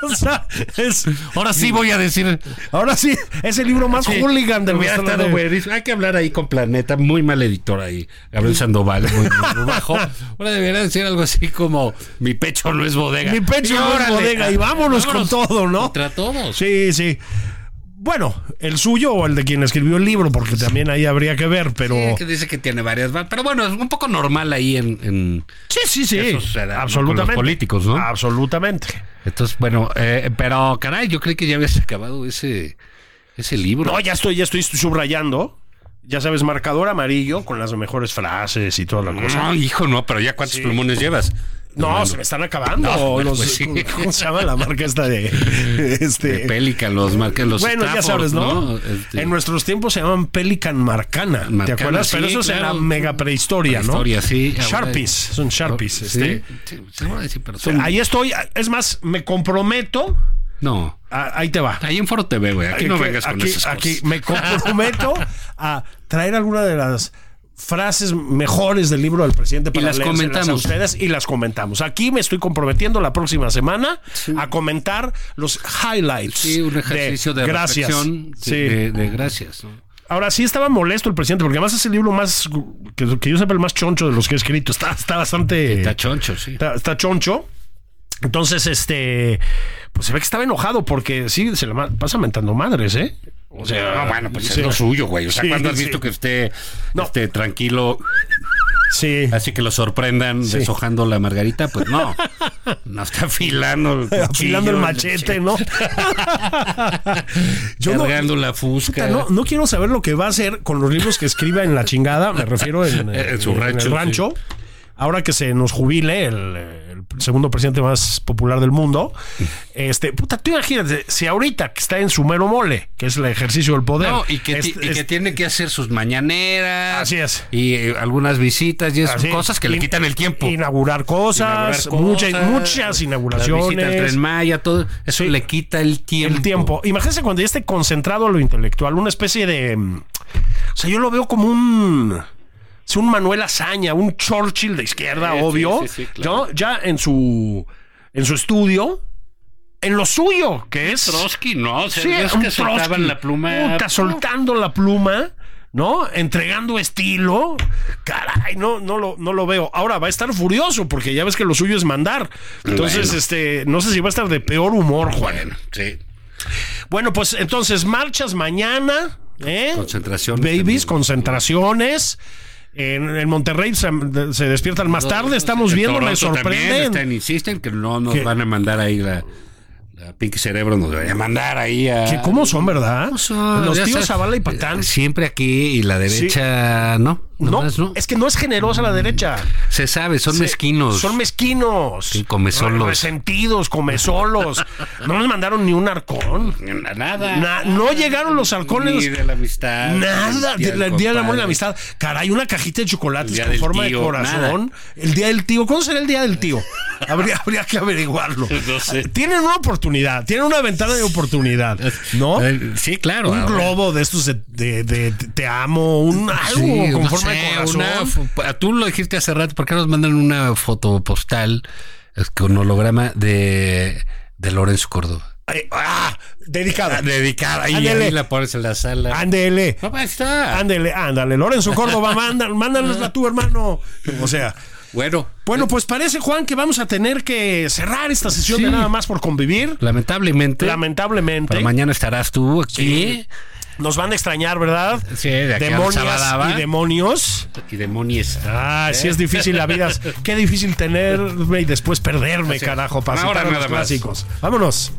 Speaker 3: cosa es.
Speaker 4: Ahora sí voy a decir.
Speaker 3: Ahora sí, es el libro más hooligan del
Speaker 4: Hubiera
Speaker 3: restaurante.
Speaker 4: estado buenísimo. Hay que hablar ahí con Planeta, muy mal editor ahí, Gabriel Sandoval, muy, [laughs] muy bajo. Ahora debería decir algo así como: Mi pecho no es bodega.
Speaker 3: Mi pecho no es
Speaker 4: Órale.
Speaker 3: bodega, y vámonos con todo, ¿no?
Speaker 4: Contra todos.
Speaker 3: Sí, sí. Bueno, el suyo o el de quien escribió el libro, porque también ahí habría que ver, pero...
Speaker 4: Sí, que dice que tiene varias, va- pero bueno, es un poco normal ahí en, en-
Speaker 3: Sí, sí, sí.
Speaker 4: Eso será, ¿no?
Speaker 3: absolutamente.
Speaker 4: Con los políticos, ¿no?
Speaker 3: Absolutamente.
Speaker 4: entonces bueno, eh, pero caray, yo creí que ya habías acabado ese ese libro.
Speaker 3: No, ya estoy, ya estoy subrayando. Ya sabes, marcador amarillo con las mejores frases y toda la cosa.
Speaker 4: No, hijo, no, pero ya cuántos Mm, plumones llevas.
Speaker 3: No,
Speaker 4: Hermano.
Speaker 3: se me están acabando.
Speaker 4: No, bueno,
Speaker 3: los-
Speaker 4: pues sí.
Speaker 3: ¿Cómo se llama la marca esta de
Speaker 4: [laughs] De Eh,
Speaker 3: este?
Speaker 4: Pelican, los Pues marca- los
Speaker 3: bueno, ya
Speaker 4: Stafford,
Speaker 3: sabes, ¿no?
Speaker 4: Este,
Speaker 3: En nuestros tiempos se llamaban Pelican Marcana. ¿Te
Speaker 4: Marcana,
Speaker 3: acuerdas?
Speaker 4: sí,
Speaker 3: Pero eso
Speaker 4: claro.
Speaker 3: era mega prehistoria, ¿no?
Speaker 4: Prehistoria, sí. Ahora-
Speaker 3: Sharpies, son Sharpies.
Speaker 4: Sí,
Speaker 3: este.
Speaker 4: sí, seguro que sí, pero son-
Speaker 3: Ahí estoy. Es más, me comprometo.
Speaker 4: no,
Speaker 3: Ah, ahí te va.
Speaker 4: ahí en Foro TV, güey. Aquí no
Speaker 3: que-
Speaker 4: vengas con
Speaker 3: aquí-
Speaker 4: esas cosas.
Speaker 3: aquí me comprometo a traer alguna de las frases mejores del libro del presidente para
Speaker 4: las
Speaker 3: leérselas a
Speaker 4: comentamos.
Speaker 3: ustedes y las comentamos. Aquí me estoy comprometiendo la próxima semana a comentar los highlights.
Speaker 4: Sí, un ejercicio de,
Speaker 3: gracias.
Speaker 4: reflexión de,
Speaker 3: Sí.
Speaker 4: de- de gracias. ¿no?
Speaker 3: Ahora sí estaba molesto el presidente porque además es el libro más que, que yo sepa el más choncho de los que he escrito. Está, está bastante
Speaker 4: Está choncho, sí.
Speaker 3: está, está choncho. Entonces, este, pues se ve que estaba enojado porque sí, se le ma- pasa mentando madres, ¿eh? O
Speaker 4: No, bueno, pues
Speaker 3: sí.
Speaker 4: es lo suyo, güey. O sea,
Speaker 3: Sí,
Speaker 4: cuando has
Speaker 3: sí.
Speaker 4: visto que esté,
Speaker 3: No.
Speaker 4: esté tranquilo,
Speaker 3: Sí,
Speaker 4: así que lo sorprendan deshojando la margarita?
Speaker 3: [laughs]
Speaker 4: Pues no. No está afilando el
Speaker 3: afilando el
Speaker 4: cuchillo,
Speaker 3: machete, ¿no? Yo no,
Speaker 4: Cargando la fusca.
Speaker 3: no, no quiero saber lo que va a hacer con los libros que escriba en la chingada, me refiero en, eh,
Speaker 4: [laughs] En su
Speaker 3: el
Speaker 4: rancho, sí.
Speaker 3: rancho. Ahora que se nos jubile el, eh, el segundo presidente más popular del mundo, este, puta, tú imagínate, si ahorita que está en su mero mole, que es el ejercicio del poder, este,
Speaker 4: No, y que, ti-
Speaker 3: es-
Speaker 4: y que
Speaker 3: es-
Speaker 4: tiene que hacer sus mañaneras.
Speaker 3: Así es.
Speaker 4: Y eh, algunas visitas y eso,
Speaker 3: Así,
Speaker 4: cosas que le
Speaker 3: in-
Speaker 4: quitan el tiempo.
Speaker 3: Inaugurar cosas,
Speaker 4: Inaugurar
Speaker 3: muchas,
Speaker 4: cosas,
Speaker 3: muchas
Speaker 4: La visita al
Speaker 3: inauguraciones.
Speaker 4: Tren Maya, todo. Eso
Speaker 3: Sí.
Speaker 4: le quita el tiempo.
Speaker 3: El tiempo. Imagínense cuando ya esté concentrado a lo intelectual, una especie de. mm, O sea, yo lo veo como un. sí, Un Manuel Azaña, un Churchill de izquierda,
Speaker 4: Sí, sí,
Speaker 3: obvio.
Speaker 4: sí, sí, claro.
Speaker 3: ¿no? Ya en su. En su estudio. En lo suyo, que es.
Speaker 4: Trotsky, ¿no? O sea,
Speaker 3: Sí,
Speaker 4: ellos
Speaker 3: un
Speaker 4: que soltaban
Speaker 3: Trotsky.
Speaker 4: la pluma.
Speaker 3: Puta, soltando la pluma, ¿no? Entregando estilo. Caray, no, no, lo, no lo veo. Ahora va a estar furioso porque ya ves que lo suyo es mandar. Entonces,
Speaker 4: Bueno.
Speaker 3: este, no sé si va a estar de peor humor, Juan.
Speaker 4: Bueno, sí.
Speaker 3: Bueno, pues entonces, marchas mañana. ¿eh?
Speaker 4: Concentraciones
Speaker 3: Babies,
Speaker 4: también.
Speaker 3: concentraciones. En, en Monterrey se, se despiertan más tarde. Estamos
Speaker 4: En
Speaker 3: viendo, me
Speaker 4: Toronto también
Speaker 3: sorprenden.
Speaker 4: están- insisten que no nos
Speaker 3: Que-
Speaker 4: van a mandar ahí la, la Pinky Cerebro, nos van a mandar ahí a.
Speaker 3: Que ¿Cómo son, verdad?
Speaker 4: ¿Cómo son?
Speaker 3: Los
Speaker 4: Ya
Speaker 3: tíos
Speaker 4: sabes, eh,
Speaker 3: Zavala y Patán.
Speaker 4: Siempre aquí y la derecha, no.
Speaker 3: No,
Speaker 4: nomás no.
Speaker 3: es que no es generosa la derecha.
Speaker 4: Se sabe, son
Speaker 3: Se-
Speaker 4: Mm. mezquinos.
Speaker 3: Son mezquinos.
Speaker 4: Sí, comezolos.
Speaker 3: Re- Resentidos, comezolos. no nos mandaron ni un arcón.
Speaker 4: Nada.
Speaker 3: Na- no llegaron los halcones.
Speaker 4: Ni de la amistad.
Speaker 3: Nada,
Speaker 4: del día
Speaker 3: del
Speaker 4: del
Speaker 3: día del amor y
Speaker 4: compadre.
Speaker 3: la amistad. Caray, una cajita de
Speaker 4: El
Speaker 3: chocolates
Speaker 4: día
Speaker 3: con
Speaker 4: del
Speaker 3: forma de
Speaker 4: tío,
Speaker 3: corazón. El día del tío. ¿Cuándo será el día del
Speaker 4: [laughs]
Speaker 3: tío? Habría, habría que averiguarlo.
Speaker 4: No sé.
Speaker 3: Tienen una oportunidad, tienen una ventana de oportunidad,
Speaker 4: [laughs]
Speaker 3: ¿no?
Speaker 4: Eh, Sí, claro.
Speaker 3: Un
Speaker 4: ahora.
Speaker 3: globo de estos de, de- de- de- te amo, un algo
Speaker 4: Ah, Sí,
Speaker 3: con
Speaker 4: no
Speaker 3: forma
Speaker 4: sé,
Speaker 3: de corazón.
Speaker 4: una fo- tú lo dijiste hace rato, ¿por qué nos mandan una foto postal es, con holograma de, de Lorenzo Córdoba?
Speaker 3: Ay, ah, dedicada.
Speaker 4: Dedicada, ahí,
Speaker 3: Ándele.
Speaker 4: ahí la Ah. pones en la sala.
Speaker 3: Ándele.
Speaker 4: No, pues, ahí está.
Speaker 3: Ándale, ándale, Lorenzo
Speaker 4: [laughs]
Speaker 3: Córdoba, manda- mándanosla tú, hermano. O sea,
Speaker 4: Bueno,
Speaker 3: bueno, pues parece, Juan, que vamos a tener que cerrar esta sesión de
Speaker 4: Sí.
Speaker 3: nada más por convivir.
Speaker 4: lamentablemente,
Speaker 3: Lamentablemente.
Speaker 4: pero mañana estarás tú aquí.
Speaker 3: Nos van a extrañar, ¿verdad?
Speaker 4: Sí, de aquí al
Speaker 3: Demonias
Speaker 4: Sabadaba.
Speaker 3: y demonios.
Speaker 4: Y demonies.
Speaker 3: Ah, sí es
Speaker 4: ¿Eh?
Speaker 3: difícil la
Speaker 4: [laughs]
Speaker 3: vida. Qué difícil tenerme y después perderme,
Speaker 4: Así es.
Speaker 3: carajo, para
Speaker 4: Ahora
Speaker 3: citar a los
Speaker 4: nada más.
Speaker 3: clásicos. Vámonos.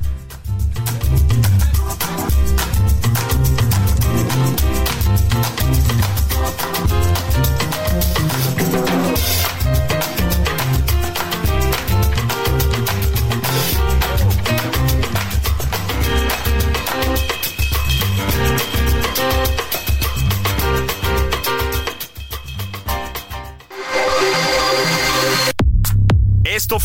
Speaker 2: Esto